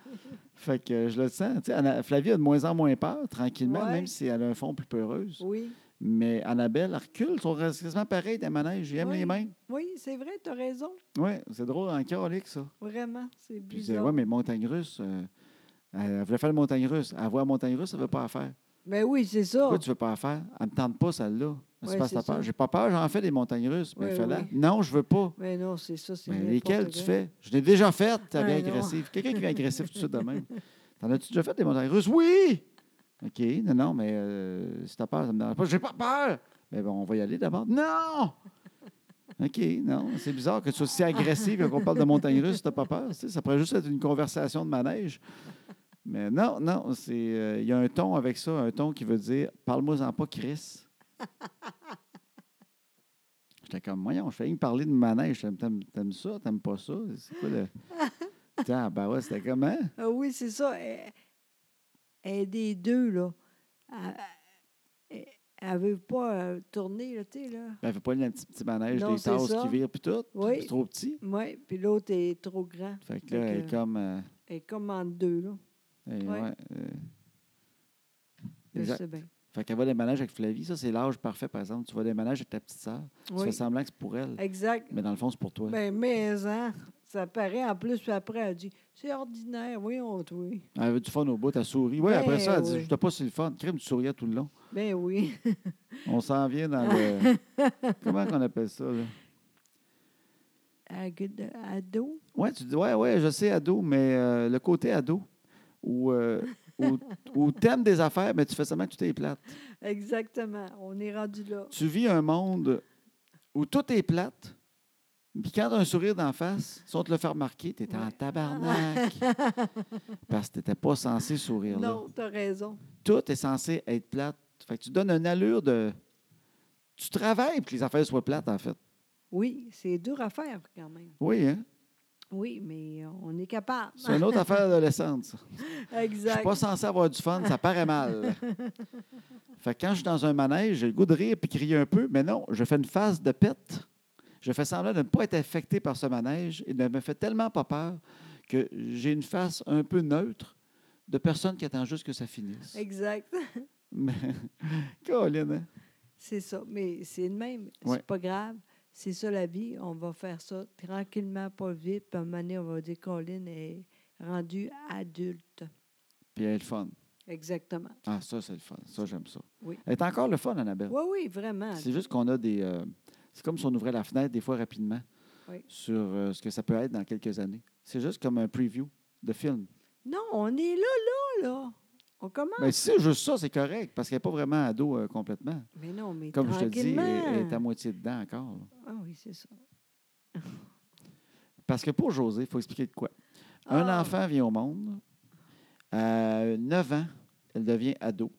Speaker 1: Fait que euh, je le sens. Tu sais, Anna- Flavie a de moins en moins peur, tranquillement,
Speaker 2: Ouais.
Speaker 1: même si elle a un fond plus peureuse.
Speaker 2: Oui.
Speaker 1: Mais Annabelle, elle recule, son reste quasiment pareil des manèges. J'aime
Speaker 2: Ouais.
Speaker 1: les mêmes.
Speaker 2: Oui, c'est vrai, tu as raison.
Speaker 1: Oui, c'est drôle en calique, ça.
Speaker 2: Vraiment, c'est
Speaker 1: Puis je disais,
Speaker 2: bizarre.
Speaker 1: ouais, mais montagne russe, euh, elle, elle voulait faire le montagne russe. Elle voit la montagne russe, elle ne veut pas la faire.
Speaker 2: Mais Ben oui, c'est ça.
Speaker 1: Pourquoi tu veux pas la faire? Elle me tente pas, celle-là. C'est
Speaker 2: Ouais,
Speaker 1: parce que t'as
Speaker 2: c'est ça.
Speaker 1: peur. J'ai pas peur, j'en fais des montagnes russes. Mais
Speaker 2: Ouais,
Speaker 1: fais-la.
Speaker 2: oui.
Speaker 1: Non, je veux pas.
Speaker 2: Mais Ben non, c'est ça. c'est
Speaker 1: Mais
Speaker 2: n'importe
Speaker 1: lesquelles tu
Speaker 2: quoi.
Speaker 1: fais? Je l'ai déjà faite, t'as
Speaker 2: Ah,
Speaker 1: bien
Speaker 2: non.
Speaker 1: agressif. Quelqu'un qui vient agressif tout de suite de même. T'en as-tu déjà fait des montagnes russes? Oui! OK, non, non, mais euh, si t'as peur, ça me dérange pas. J'ai pas peur! Mais bon, on va y aller d'abord. Non! OK, non. C'est bizarre que tu sois si agressive quand on parle de montagnes russes, t'as pas peur. Tu sais, ça pourrait juste être une conversation de manège. Mais non, non, c'est. euh, Il y a un ton avec ça, un ton qui veut dire Parle-moi-en pas, Chris. J'étais comme, voyons, je fais rien que parler de manège. T'aimes- T'aimes t'aimes ça, t'aimes pas ça? C'est quoi le. Tiens, bah ouais, c'était comment?
Speaker 2: Ah oui, c'est ça. Elle, elle est des deux, là. Elle- Elle, elle veut pas euh, tourner, là, tu sais, là.
Speaker 1: Elle fait Ben, pas le petit, petit manège,
Speaker 2: Non,
Speaker 1: des
Speaker 2: c'est
Speaker 1: tasses
Speaker 2: ça.
Speaker 1: qui virent, puis tout.
Speaker 2: Oui.
Speaker 1: C'est trop petit.
Speaker 2: Oui, puis l'autre est trop grand.
Speaker 1: Fait que là,
Speaker 2: Fait
Speaker 1: elle est
Speaker 2: que-
Speaker 1: comme. euh,
Speaker 2: Elle est comme en deux, là.
Speaker 1: elle-
Speaker 2: Ouais.
Speaker 1: ouais, euh,
Speaker 2: Je
Speaker 1: exact.
Speaker 2: sais bien.
Speaker 1: Fait qu'elle va des manèges avec Flavie. Ça, c'est l'âge parfait, par exemple. Tu vas des manèges avec ta petite sœur. Tu fais
Speaker 2: Oui,
Speaker 1: semblant que c'est pour elle.
Speaker 2: exact.
Speaker 1: Mais dans le fond, c'est pour toi.
Speaker 2: Ben, mais, hein, ça paraît. En plus, puis après, elle dit, c'est ordinaire, oui, on oui.
Speaker 1: Elle avait du fun au bout, elle sourit. Oui,
Speaker 2: Ben
Speaker 1: après ça, elle dit
Speaker 2: oui.
Speaker 1: Je t'ai pas sur le fun. Crime, tu souriais tout le long.
Speaker 2: Ben oui.
Speaker 1: On s'en vient dans le. Comment qu'on appelle ça, là?
Speaker 2: À gue- de- à dos.
Speaker 1: Oui, tu dis, ouais, ouais, je sais, ado, mais euh, le côté ado, où, euh, où, où t'aimes des affaires, mais tu fais seulement que tout est plate.
Speaker 2: Exactement. On est rendu là.
Speaker 1: Tu vis un monde où tout est plate, puis quand t'as un sourire d'en face, si on te le fait remarquer, t'es en
Speaker 2: Ouais.
Speaker 1: tabarnak. parce que t'étais pas censé sourire là.
Speaker 2: Non, t'as raison.
Speaker 1: Tout est censé être plate. Fait que tu donnes une allure de. Tu travailles pour que les affaires soient plates, en fait.
Speaker 2: Oui, c'est dur à faire quand même.
Speaker 1: Oui, hein?
Speaker 2: Oui, mais euh, on est capable.
Speaker 1: C'est une autre affaire adolescente, ça. Je
Speaker 2: Exact.
Speaker 1: suis pas censé avoir du fun, ça paraît mal. fait que quand je suis dans un manège, j'ai le goût de rire puis crier un peu, mais non, je fais une phase de pète. Je fais semblant de ne pas être affecté par ce manège. Il ne me fait tellement pas peur que j'ai une face un peu neutre de personne qui attend juste que ça finisse.
Speaker 2: Exact.
Speaker 1: Mais, Colin, hein?
Speaker 2: C'est ça. Mais c'est le même. C'est
Speaker 1: Ouais.
Speaker 2: pas grave. C'est ça la vie. On va faire ça tranquillement, pas vite. Puis à un moment donné, on va dire Colin est rendue adulte.
Speaker 1: puis elle est le fun.
Speaker 2: Exactement.
Speaker 1: Ah, ça, c'est le fun. Ça, j'aime ça.
Speaker 2: Oui.
Speaker 1: Elle est encore le fun, Annabelle.
Speaker 2: Oui, oui, vraiment.
Speaker 1: C'est juste qu'on a des. euh, c'est comme si on ouvrait la fenêtre des fois rapidement
Speaker 2: Oui.
Speaker 1: sur euh, ce que ça peut être dans quelques années. C'est juste comme un preview de film.
Speaker 2: Non, on est là, là, là. On commence.
Speaker 1: Mais si c'est juste ça, c'est correct, parce qu'elle n'est pas vraiment ado euh, complètement.
Speaker 2: Mais non, mais
Speaker 1: Comme je te dis, elle,
Speaker 2: tranquillement.
Speaker 1: elle est à moitié dedans encore. là.
Speaker 2: Ah oui, c'est ça.
Speaker 1: Parce que pour José, il faut expliquer de quoi. Un
Speaker 2: Ah.
Speaker 1: enfant vient au monde, à 9 ans, elle devient ado.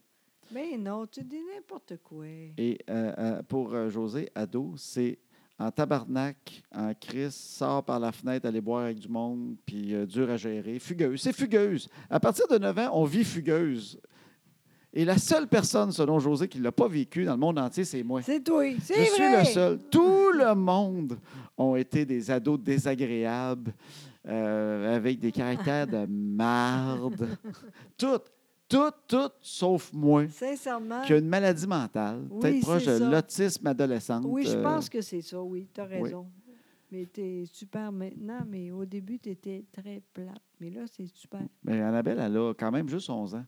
Speaker 2: Mais non, tu dis n'importe quoi.
Speaker 1: Et euh, euh, pour euh, José, ado, c'est en tabarnak, en crise, sort par la fenêtre, aller boire avec du monde, puis euh, dur à gérer. Fugueuse, c'est fugueuse. À partir de 9 ans, on vit fugueuse. Et la seule personne, selon José, qui ne l'a pas vécu dans le monde entier, c'est moi.
Speaker 2: C'est toi, c'est
Speaker 1: Je
Speaker 2: vrai.
Speaker 1: suis le seul. Tout le monde ont été des ados désagréables, euh, avec des caractères de marde. Toutes, toutes, toutes, sauf moi,
Speaker 2: Sincèrement,
Speaker 1: qui a une maladie mentale,
Speaker 2: Ah. Oui,
Speaker 1: peut-être proche
Speaker 2: c'est
Speaker 1: de
Speaker 2: ça.
Speaker 1: l'autisme adolescente.
Speaker 2: oui, je
Speaker 1: euh,
Speaker 2: pense que c'est ça, oui, tu as
Speaker 1: oui.
Speaker 2: raison. Mais tu es super maintenant, mais au début, tu étais très plate. Mais là, c'est super.
Speaker 1: Mais Annabelle, elle a quand même juste 11 ans.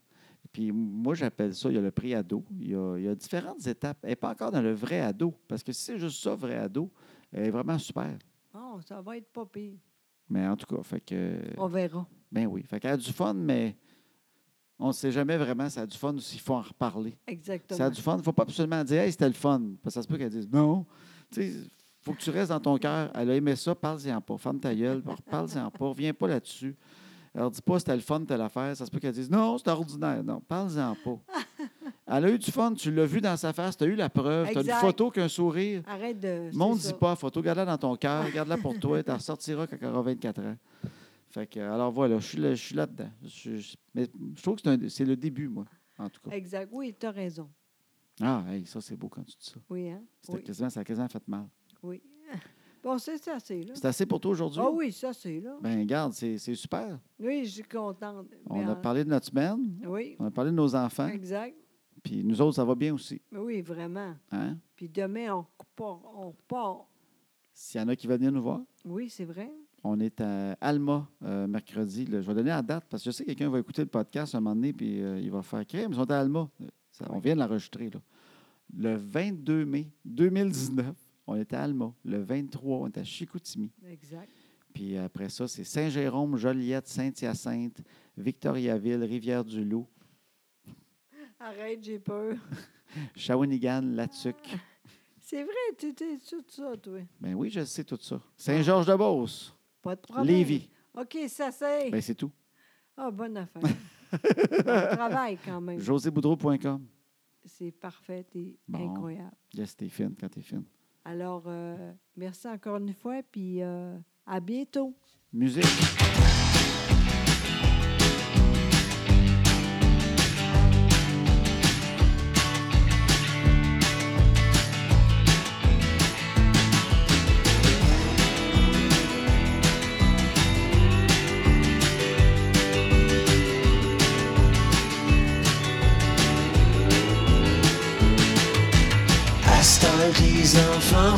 Speaker 1: Puis moi, j'appelle ça, il y a le pré-ado. Il y a, il y a différentes étapes. Elle n'est pas encore dans le vrai ado, parce que si c'est juste ça, vrai ado, elle est vraiment super.
Speaker 2: Oh, ça va être pas pire.
Speaker 1: Mais en tout cas, fait que.
Speaker 2: On verra.
Speaker 1: Ben oui. Fait qu'elle a du fun, mais on ne sait jamais vraiment si elle a du fun ou s'il faut en reparler. Si elle a
Speaker 2: Exactement.
Speaker 1: du fun, il ne faut pas absolument dire Hey, c'était le fun. Parce que ça se peut qu'elle dise Non. Tu sais, faut que tu restes dans ton cœur. Elle a aimé ça, parle-y-en pas. Ferme ta gueule, parle-y-en pas. Reviens pas là-dessus. Alors, dis pas c'était le fun, telle affaire. Ça se peut qu'elle dise Non, c'est ordinaire. Non, parle-y-en pas. Elle a eu du fun, tu l'as vu dans sa face, tu as eu la preuve, tu as une
Speaker 2: Exact.
Speaker 1: photo qu'un sourire.
Speaker 2: Arrête de.
Speaker 1: Monde
Speaker 2: c'est
Speaker 1: dis
Speaker 2: ça.
Speaker 1: pas, photo, garde-la dans ton cœur, garde-la pour toi, tu ressortiras quand tu auras 24 ans. Fait que, alors voilà, je suis là- je suis là-dedans. Je- je- mais je trouve que c'est un- c'est le début, moi, en tout cas.
Speaker 2: Exact. Oui, tu as raison.
Speaker 1: Ah, hey, ça, c'est beau quand tu dis ça.
Speaker 2: Oui, hein?
Speaker 1: C'était
Speaker 2: Oui.
Speaker 1: quasiment, ça a quasiment fait mal.
Speaker 2: oui. Bon, c'est ça, c'est là.
Speaker 1: C'est assez pour toi aujourd'hui?
Speaker 2: Ah oui, ça, c'est là.
Speaker 1: Ben, regarde, c'est c'est super.
Speaker 2: Oui, je suis contente.
Speaker 1: On
Speaker 2: Mais
Speaker 1: a
Speaker 2: en-
Speaker 1: parlé de notre semaine,
Speaker 2: Oui,
Speaker 1: on a parlé de nos enfants,
Speaker 2: exact.
Speaker 1: puis nous autres, ça va bien aussi.
Speaker 2: Oui, vraiment.
Speaker 1: Hein?
Speaker 2: Puis demain, on repart. On repart.
Speaker 1: S'il y en a qui veulent venir nous voir,
Speaker 2: Oui, c'est vrai.
Speaker 1: on est à Alma euh, mercredi. là. Je vais donner la date parce que je sais que quelqu'un va écouter le podcast un moment donné puis euh, il va faire crème. Ils sont à Alma. Ça- on vient de l'enregistrer. là. Le 22 mai 2019, on est à Alma. Le 23, on est à Chicoutimi.
Speaker 2: Exact.
Speaker 1: Puis après ça, c'est Saint-Jérôme, Joliette, Saint-Hyacinthe, Victoriaville, Rivière-du-Loup,
Speaker 2: Arrête, j'ai peur.
Speaker 1: Shawinigan, Latuc.
Speaker 2: C'est vrai, tu étais tout ça, toi.
Speaker 1: Ben oui, je sais tout ça. Saint-Georges-de-Beauce,
Speaker 2: Pas de problème.
Speaker 1: Lévis.
Speaker 2: OK, ça c'est.
Speaker 1: Ben c'est tout.
Speaker 2: Ah, bonne affaire. bon travail quand même.
Speaker 1: joséboudreau.com.
Speaker 2: C'est parfait et
Speaker 1: Bon.
Speaker 2: incroyable.
Speaker 1: Yes, t'es fine quand t'es fine.
Speaker 2: Alors, euh, merci encore une fois, puis euh, à bientôt.
Speaker 1: Musique.
Speaker 3: À ce temps que les enfants